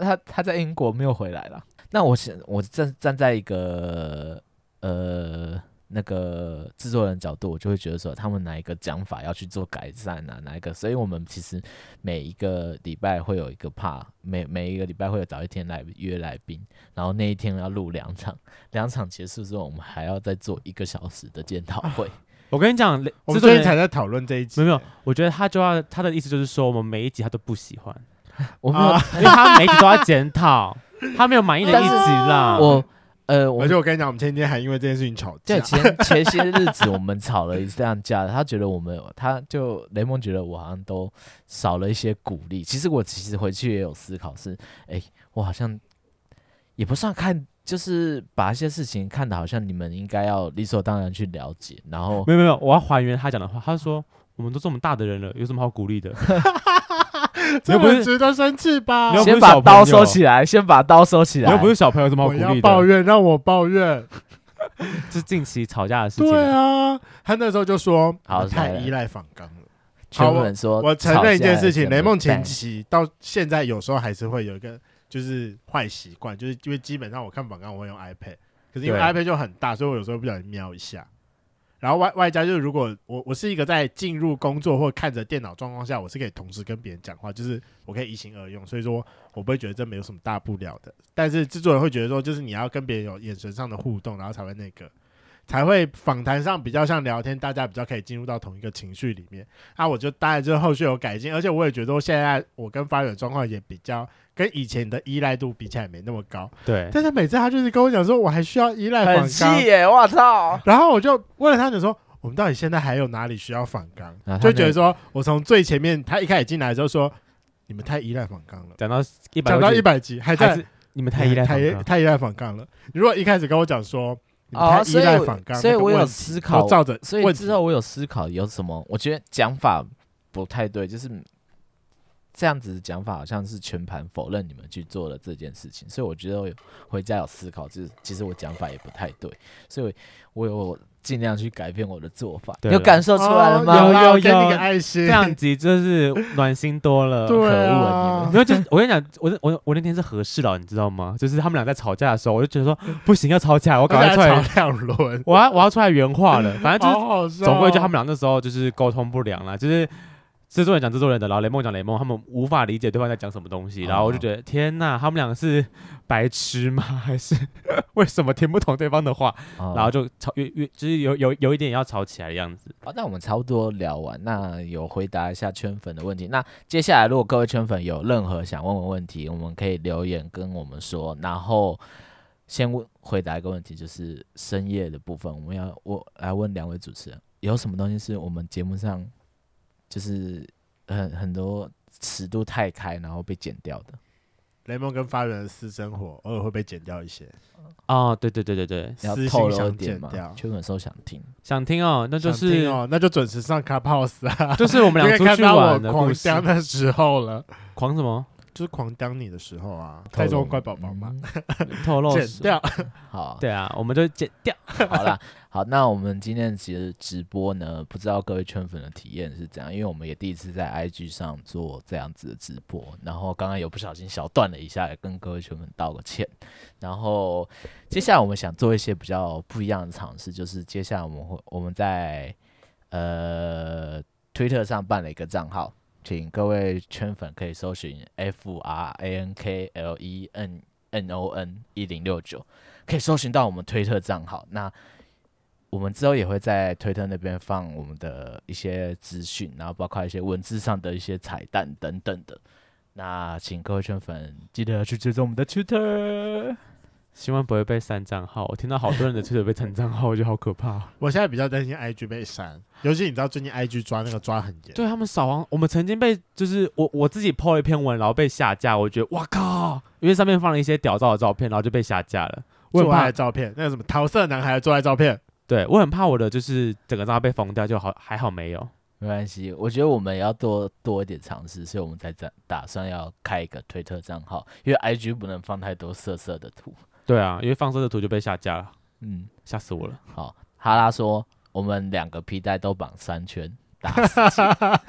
S1: 他他在英国没有回来了。那我是我站站在一个呃那个制作人角度，我就会觉得说他们哪一个讲法要去做改善啊，哪一个？所以我们其实每一个礼拜会有一个 part，每每一个礼拜会有早一天来约来宾，然后那一天要录两场，两场结束之后，我们还要再做一个小时的检讨
S2: [laughs]
S1: 会。
S3: 我跟你讲，雷
S2: 我们
S3: 制作
S2: 最近
S3: 人
S2: 才在讨论这一集，
S3: 没有没有，我觉得他就要他的意思就是说，我们每一集他都不喜欢，
S1: 我没有，
S2: 啊
S3: 因为他每一集都要检讨，他没有满意的一
S1: 但
S3: 集
S1: 是
S3: 啦。
S1: 我呃，我
S2: 而且我跟你讲，我们前几天还因为这件事情吵架
S1: 对，。前前些日子我们吵了一段架，他觉得我们，他就雷蒙觉得我好像都少了一些鼓励。其实我其实回去也有思考是，哎，我好像也不算看，就是把一些事情看的好像你们应该要理所当然去了解，然后
S3: [laughs] 没有没有没有，我要还原他讲的话，他说。我们都这么大的人了，有什么好鼓
S2: [laughs]
S3: 励的？
S2: 这
S3: 又不
S2: 么
S3: 是
S2: 值得生气吧
S3: 你？又不
S1: 先
S3: 是
S1: 把
S3: 小朋
S1: 刀
S3: 友
S1: 收起来，先把刀收起
S3: 你
S1: 来。
S3: 又不是小朋友，有什么好
S2: 我
S3: 鼓
S2: 要
S3: 励
S2: 抱
S3: 的？
S2: 怨，让我抱怨。
S3: 这是近期吵架的事情。
S2: 对啊，他那时候就说
S1: 好
S2: 我太
S1: 来了
S2: 依赖仿钢了。
S1: 全部
S2: 好
S1: 人说，
S2: 我承认一件事情，雷梦前
S1: 前
S2: 期到现在有时候还是会有一个就是坏习惯，就是因为基本上我看榜单我会用 iPad，可是因为
S3: 对
S2: iPad 就很大，所以我有时候不小心瞄一下。然后外外加就是，如果我我是一个在进入工作或看着电脑状况下，我是可以同时跟别人讲话，就是我可以一心二用，所以说我不会觉得这没有什么大不了的。但是制作人会觉得说，就是你要跟别人有眼神上的互动，然后才会那个， [laughs] 才会访谈上比较像聊天，大家比较可以进入到同一个情绪里面。啊，我就当然就是后续有改进，而且我也觉得我现在我跟发源状况也比较跟以前的依赖度比起来没那么高，
S3: 对，
S2: 但是每次他就是跟我讲说我还需要依赖
S1: 哎很
S2: 反
S1: 气
S2: 刚，
S1: 耶，我操！
S2: 然后我就问了他讲说。我们到底现在还有哪里需要反刚？
S1: 然啊后他
S2: 就觉
S1: 那
S2: 得说，我从最前面他一开始进来的时候说，你们太依赖反刚了，
S3: 讲到一百，
S2: 讲到一百集还在哎
S3: 还是你们太依赖
S2: 太
S3: 反
S2: 依
S3: 抗
S2: 太依赖反刚了。你如果一开始跟我讲说，你们
S1: 哦
S2: 太依
S1: 所以
S2: 赖
S1: 我
S2: 反刚，
S1: 所以
S2: 那个
S1: 我有
S2: 问题
S1: 思考
S2: 都照着
S1: 所
S2: 问
S1: 以
S2: 题
S1: 之后我有思考有什么，我觉得讲法不太对，就是这样子讲法好像是全盘否认你们去做了这件事情，所以我觉得我有回家有思考，就是其实我讲法也不太对，所以我有尽量去改变我的做法。
S3: 对
S1: 有
S3: 了
S1: 感受出来了
S2: 哦
S1: 吗？
S2: 有啦
S3: 有
S2: 我给你
S3: 有
S2: 个爱心
S3: 这。样子就是暖心多了。
S2: 对
S1: 可恶啊你
S2: 啊
S1: 们，
S3: 没有，就是我跟你讲，我那我我那天是合适了，你知道吗？就是他们俩在吵架的时候，我就觉得
S2: [laughs]
S3: 说不行，要吵架，我
S2: 我
S3: 赶快出来，
S2: 吵两轮，
S3: 我要我要出来原话了。
S1: 啊
S3: 反正就是啊
S2: 好好笑。哦
S3: 总归就他们俩那时候就是沟通不良啦，就是制作人讲制作人的，然后雷梦讲雷梦，他们无法理解对方在讲什么东西，然后我就觉得天呐，他们俩是白痴吗？ [laughs] 还是为什么听不懂对方的话？
S1: 哦
S3: 然后就吵，越越就是有有有一点要吵起来的样子。
S1: 好，那我们差不多聊完，那有回答一下圈粉的问题。那接下来，如果各位圈粉有任何想问问问题，我们可以留言跟我们说。然后先问回答一个问题，就是深夜的部分，我们要我来问两位主持人，有什么东西是我们节目上就是很很多尺度太开，然后被剪掉的？
S2: 雷蒙跟发源的私生活偶尔会被剪掉一些，
S3: 哦，对对对对对，
S1: 要
S2: 私
S1: 透露
S2: 心
S1: 一
S2: 想
S1: 点
S2: 剪
S1: 嘛
S2: 掉，，
S1: 圈粉说想听。
S3: 想听哦，那就
S2: 想
S3: 是、
S2: 听哦，那就准时上 Clubhouse 啊。
S3: [laughs] 就是我们
S2: 就可
S3: 俩
S2: 以
S3: 出
S2: 看
S3: 去
S2: 到我
S3: 玩的故 [laughs]
S2: 狂
S3: 事，
S2: 当的时候了，
S3: 狂什么
S2: 就是狂当你的时候啊，
S1: 透
S2: 太
S1: 露
S2: 中乖宝宝嘛，
S1: 嗯
S3: 透露 [laughs]
S2: 剪
S3: 哦是
S2: 掉。
S1: 好，
S3: 对啊，我们就剪掉。
S1: [laughs] 好啦，好，那我们今天其实直播呢，不知道各位圈粉的体验是怎样，因为我们也第一次在 IG 上做这样子的直播，然后刚刚有不小心小断了一下，也跟各位圈粉道个歉。然后接下来我们想做一些比较不一样的尝试，就是接下来我们会我们在呃推特上办了一个账号。请各位圈粉可以搜寻 F R A N K L E N N O N 一零六九，可以搜寻到我们推特账号。那我们之后也会在推特那边放我们的一些资讯，然后包括一些文字上的一些彩蛋等等的。那请各位圈粉记得去追踪我们的 Twitter。
S3: 希望不会被删账号。我听到好多人的 Twitter 被删账号，我觉得好可怕哦、
S2: 我现在比较担心 IG 被删，尤其你知道最近 IG 抓那个抓很严，
S3: 对他们扫黄，我们曾经被就是我我自己 PO 了一篇文，然后被下架，我觉得哇靠，因为上面放了一些屌照的照片，然后就被下架了。我很
S2: 做爱的
S3: 怕，
S2: 照片，那个什么桃色男孩的做爱照片，
S3: 对我很怕我的就是整个账号被封掉，就好还好没有。
S1: 没关系，我觉得我们也要多多一点尝试，所以我们才打打算要开一个推特账号，因为 IG 不能放太多色色的图。
S3: 对啊，因为放射的图就被下架了，
S1: 嗯，
S3: 吓死
S2: [laughs]
S3: 我了。
S1: 好，哈拉说我们两个皮带都绑三圈，打死结。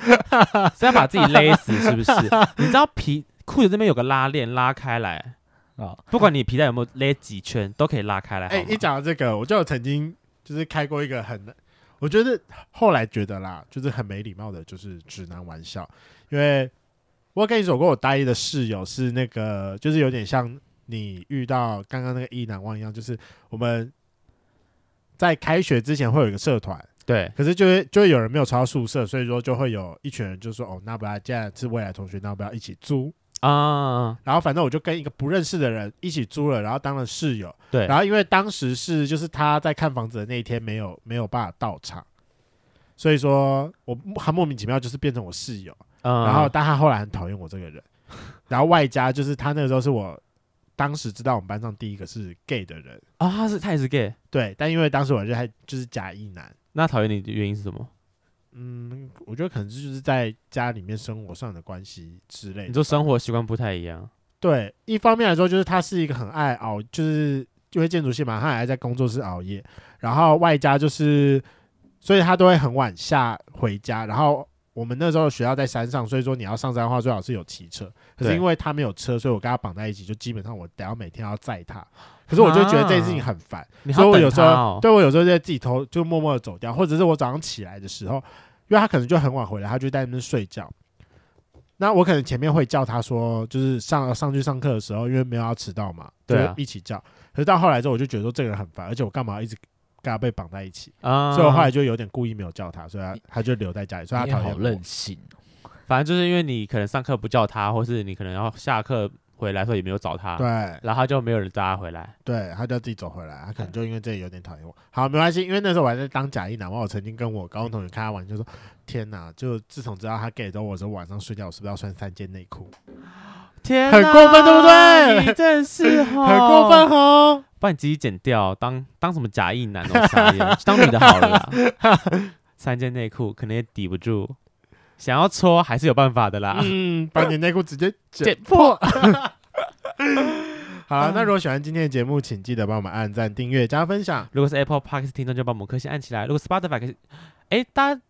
S3: 是要把自己勒死是不是？ [laughs] 你知道皮裤子这边有个拉链拉开来，
S1: [laughs] 哦，
S3: 不管你皮带有没有勒几圈，都可以拉开来。
S2: 哎、
S3: 好吗
S2: 一讲到这个，我就有曾经就是开过一个很，我觉得后来觉得啦，就是很没礼貌的，就是直男玩笑。因为我跟你说过，我大一的室友是那个，就是有点像你遇到刚刚那个意难忘一样，就是我们在开学之前会有一个社团，
S3: 对
S2: 可是就会就会有人没有抄到宿舍，所以说就会有一群人就说哦，那不然既然是未来同学，那要不要一起租？
S3: 啊，
S2: 然后反正我就跟一个不认识的人一起租了，然后当了室友。
S3: 对
S2: 然后因为当时是就是他在看房子的那一天没有没有办法到场，所以说我他莫名其妙就是变成我室友。
S3: 嗯，
S2: 然后但他后来很讨厌我这个人，然后外加就是他那个时候是我当时知道我们班上第一个是 gay 的人，
S3: 啊，他是他也是 gay，
S2: 对，但因为当时我就还就是假意男。
S3: 那讨厌你的原因是什么？
S2: 嗯，我觉得可能就是在家里面生活上的关系之类的吧。
S3: 你说生活习惯不太一样，
S2: 对，一方面来说，就是他是一个很爱熬，就是因为建筑系嘛，他很爱在工作室熬夜，然后外加就是，所以他都会很晚下回家。然后我们那时候学校在山上，所以说你要上山的话，最好是有骑车。可是
S3: 对
S2: 因为他没有车，所以我跟他绑在一起，就基本上我得要每天要载他。可是我就觉得这件事情很烦，
S3: 你还
S2: 所以
S3: 要
S2: 我
S3: 等
S2: 有时
S3: 他哦
S2: 候，对我有时候就自己偷，就默默的走掉，或者是我早上起来的时候，因为他可能就很晚回来，他就在那边睡觉。那我可能前面会叫他说，就是上上去上课的时候，因为没有要迟到嘛，
S3: 对啊
S2: 就一起叫。可是到后来之后，我就觉得说这个人很烦，而且我干嘛一直跟他被绑在一起？
S3: 啊，
S2: 所以我后来就有点故意没有叫他，所以他他就留在家里，所以他
S1: 你
S2: 讨
S1: 好
S2: 厌我
S1: 任。性哦。
S3: 反正就是因为你可能上课不叫他，或是你可能要下课回来的时候也没有找他，
S2: 对
S3: 然后他就没有人叫他回来。
S2: 对，他就自己走回来，他可能就因为这里有点讨厌我。好，没关系，因为那时候我还在当假一男，然后我曾经跟我高中同学开玩笑说：“天哪！就自从知道他 gay 之后，我说晚上睡觉我是不是要穿三件内裤？
S3: 天哪，
S2: 很过分对不对
S3: 你真的是
S2: 很
S3: [laughs] 很
S2: 过分哦。
S3: 把你自己剪掉，当当什么假意男 [laughs] 哦，傻眼，当你的好了啦。三件内裤可能也抵不住，想要搓啊嗯还是有办法的啦。
S2: 嗯，把你内裤直接
S3: 剪
S2: 剪破。好
S3: 嗯
S2: 了，那如果喜欢今天的节目，请记得帮我们按赞、订阅、加分享。
S3: 如果是 Apple Park 听众，就把我们颗星按起来；如果 Spotify，可以哎，大家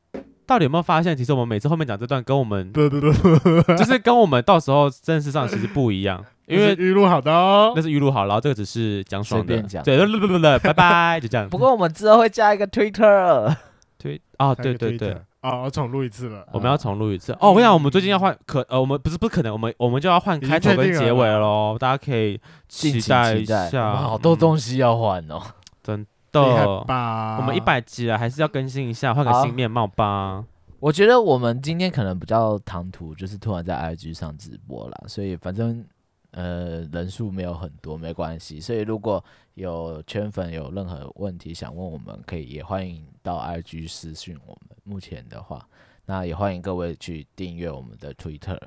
S3: 到底有没有发现，其实我们每次后面讲这段跟我们
S2: 不不不不，
S3: 就是跟我们到时候正式上其实不一 [laughs] 样，因
S2: 因为
S3: 为
S2: 语录好的哦
S3: 那。是预录好，然后这个只是讲爽
S1: 随
S3: 的
S1: 便，讲
S3: 对，不不不不，拜拜，就这样。
S1: 不过我们之后会加一个 Twitter，
S3: 对啊，
S2: 那
S3: 对
S2: 个
S3: 对对
S2: Twitter，，哦，我重录一次了，
S3: 我
S1: 啊
S3: 们要重录一次。哦，我跟你讲，我们最近要换可呃，我们不是不可能，我们我们就要换
S2: 已经
S3: 开头
S2: 确
S3: 跟
S2: 定了
S3: 结
S2: 吗
S3: 尾喽，
S1: 嗯
S3: 大家可以
S1: 敬
S3: 期
S1: 请
S3: 待一
S1: 期待，
S3: 下。
S1: 我们好多
S3: 嗯
S1: 东西要换哦。
S3: 真
S2: 厉害
S3: 的，
S2: 吧？
S3: 嗯我们一百集了，还是要更新一下，换个
S1: 好
S3: 新面貌吧。
S1: 我觉得我们今天可能比较唐突，就是突然在 IG 上直播啦，所以反正呃人数没有很多，没关系。所以如果有圈粉有任何问题想问我们，可以也欢迎到 IG 私讯我们。目前的话，那也欢迎各位去订阅我们的 Twitter。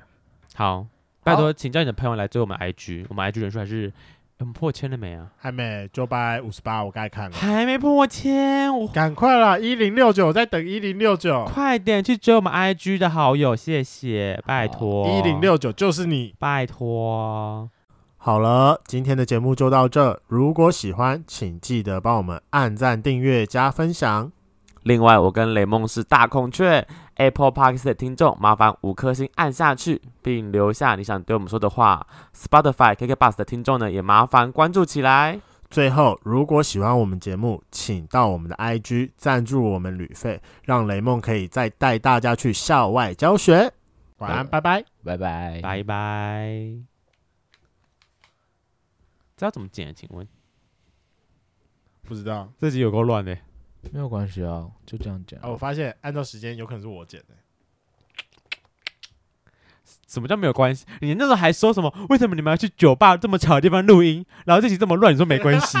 S3: 好，拜托，请叫你的朋友来追我们 IG，我们 IG 人数还是我们破千了没啊？
S2: 还没九百五十八，我刚才看
S1: 嗯
S2: 了，
S3: 还没破千，我
S2: 赶快啦，一零六九，我在等一零六九，
S3: 快点去追我们 IG 的好友，谢谢，拜托，
S2: 一零，六九就是你。
S3: 拜托。
S2: 好了，今天的节目就到这。如果喜欢，请记得帮我们按赞、订阅、加分享。
S3: 另外，我跟雷梦是大孔雀 Apple Park 的听众，麻烦五颗星按下去，并留下你想对我们说的话。Spotify KK Bus 的听众呢，也麻烦关注起来。
S2: 最后，如果喜欢我们节目，请到我们的 IG 赞助我们旅费，让雷梦可以再带大家去校外教学。晚安，拜拜。
S1: 拜拜，
S3: 拜拜。这要怎么剪、啊？请问
S2: 不知道
S3: 这集有够乱的。
S1: 没有关系啊，就这样讲。
S2: 啊，我发现按照时间有可能是我剪的。
S3: 什么叫没有关系？你那时候还说什么？为什么你们要去酒吧这么吵的地方录音？然后这集这么乱，你说没关系？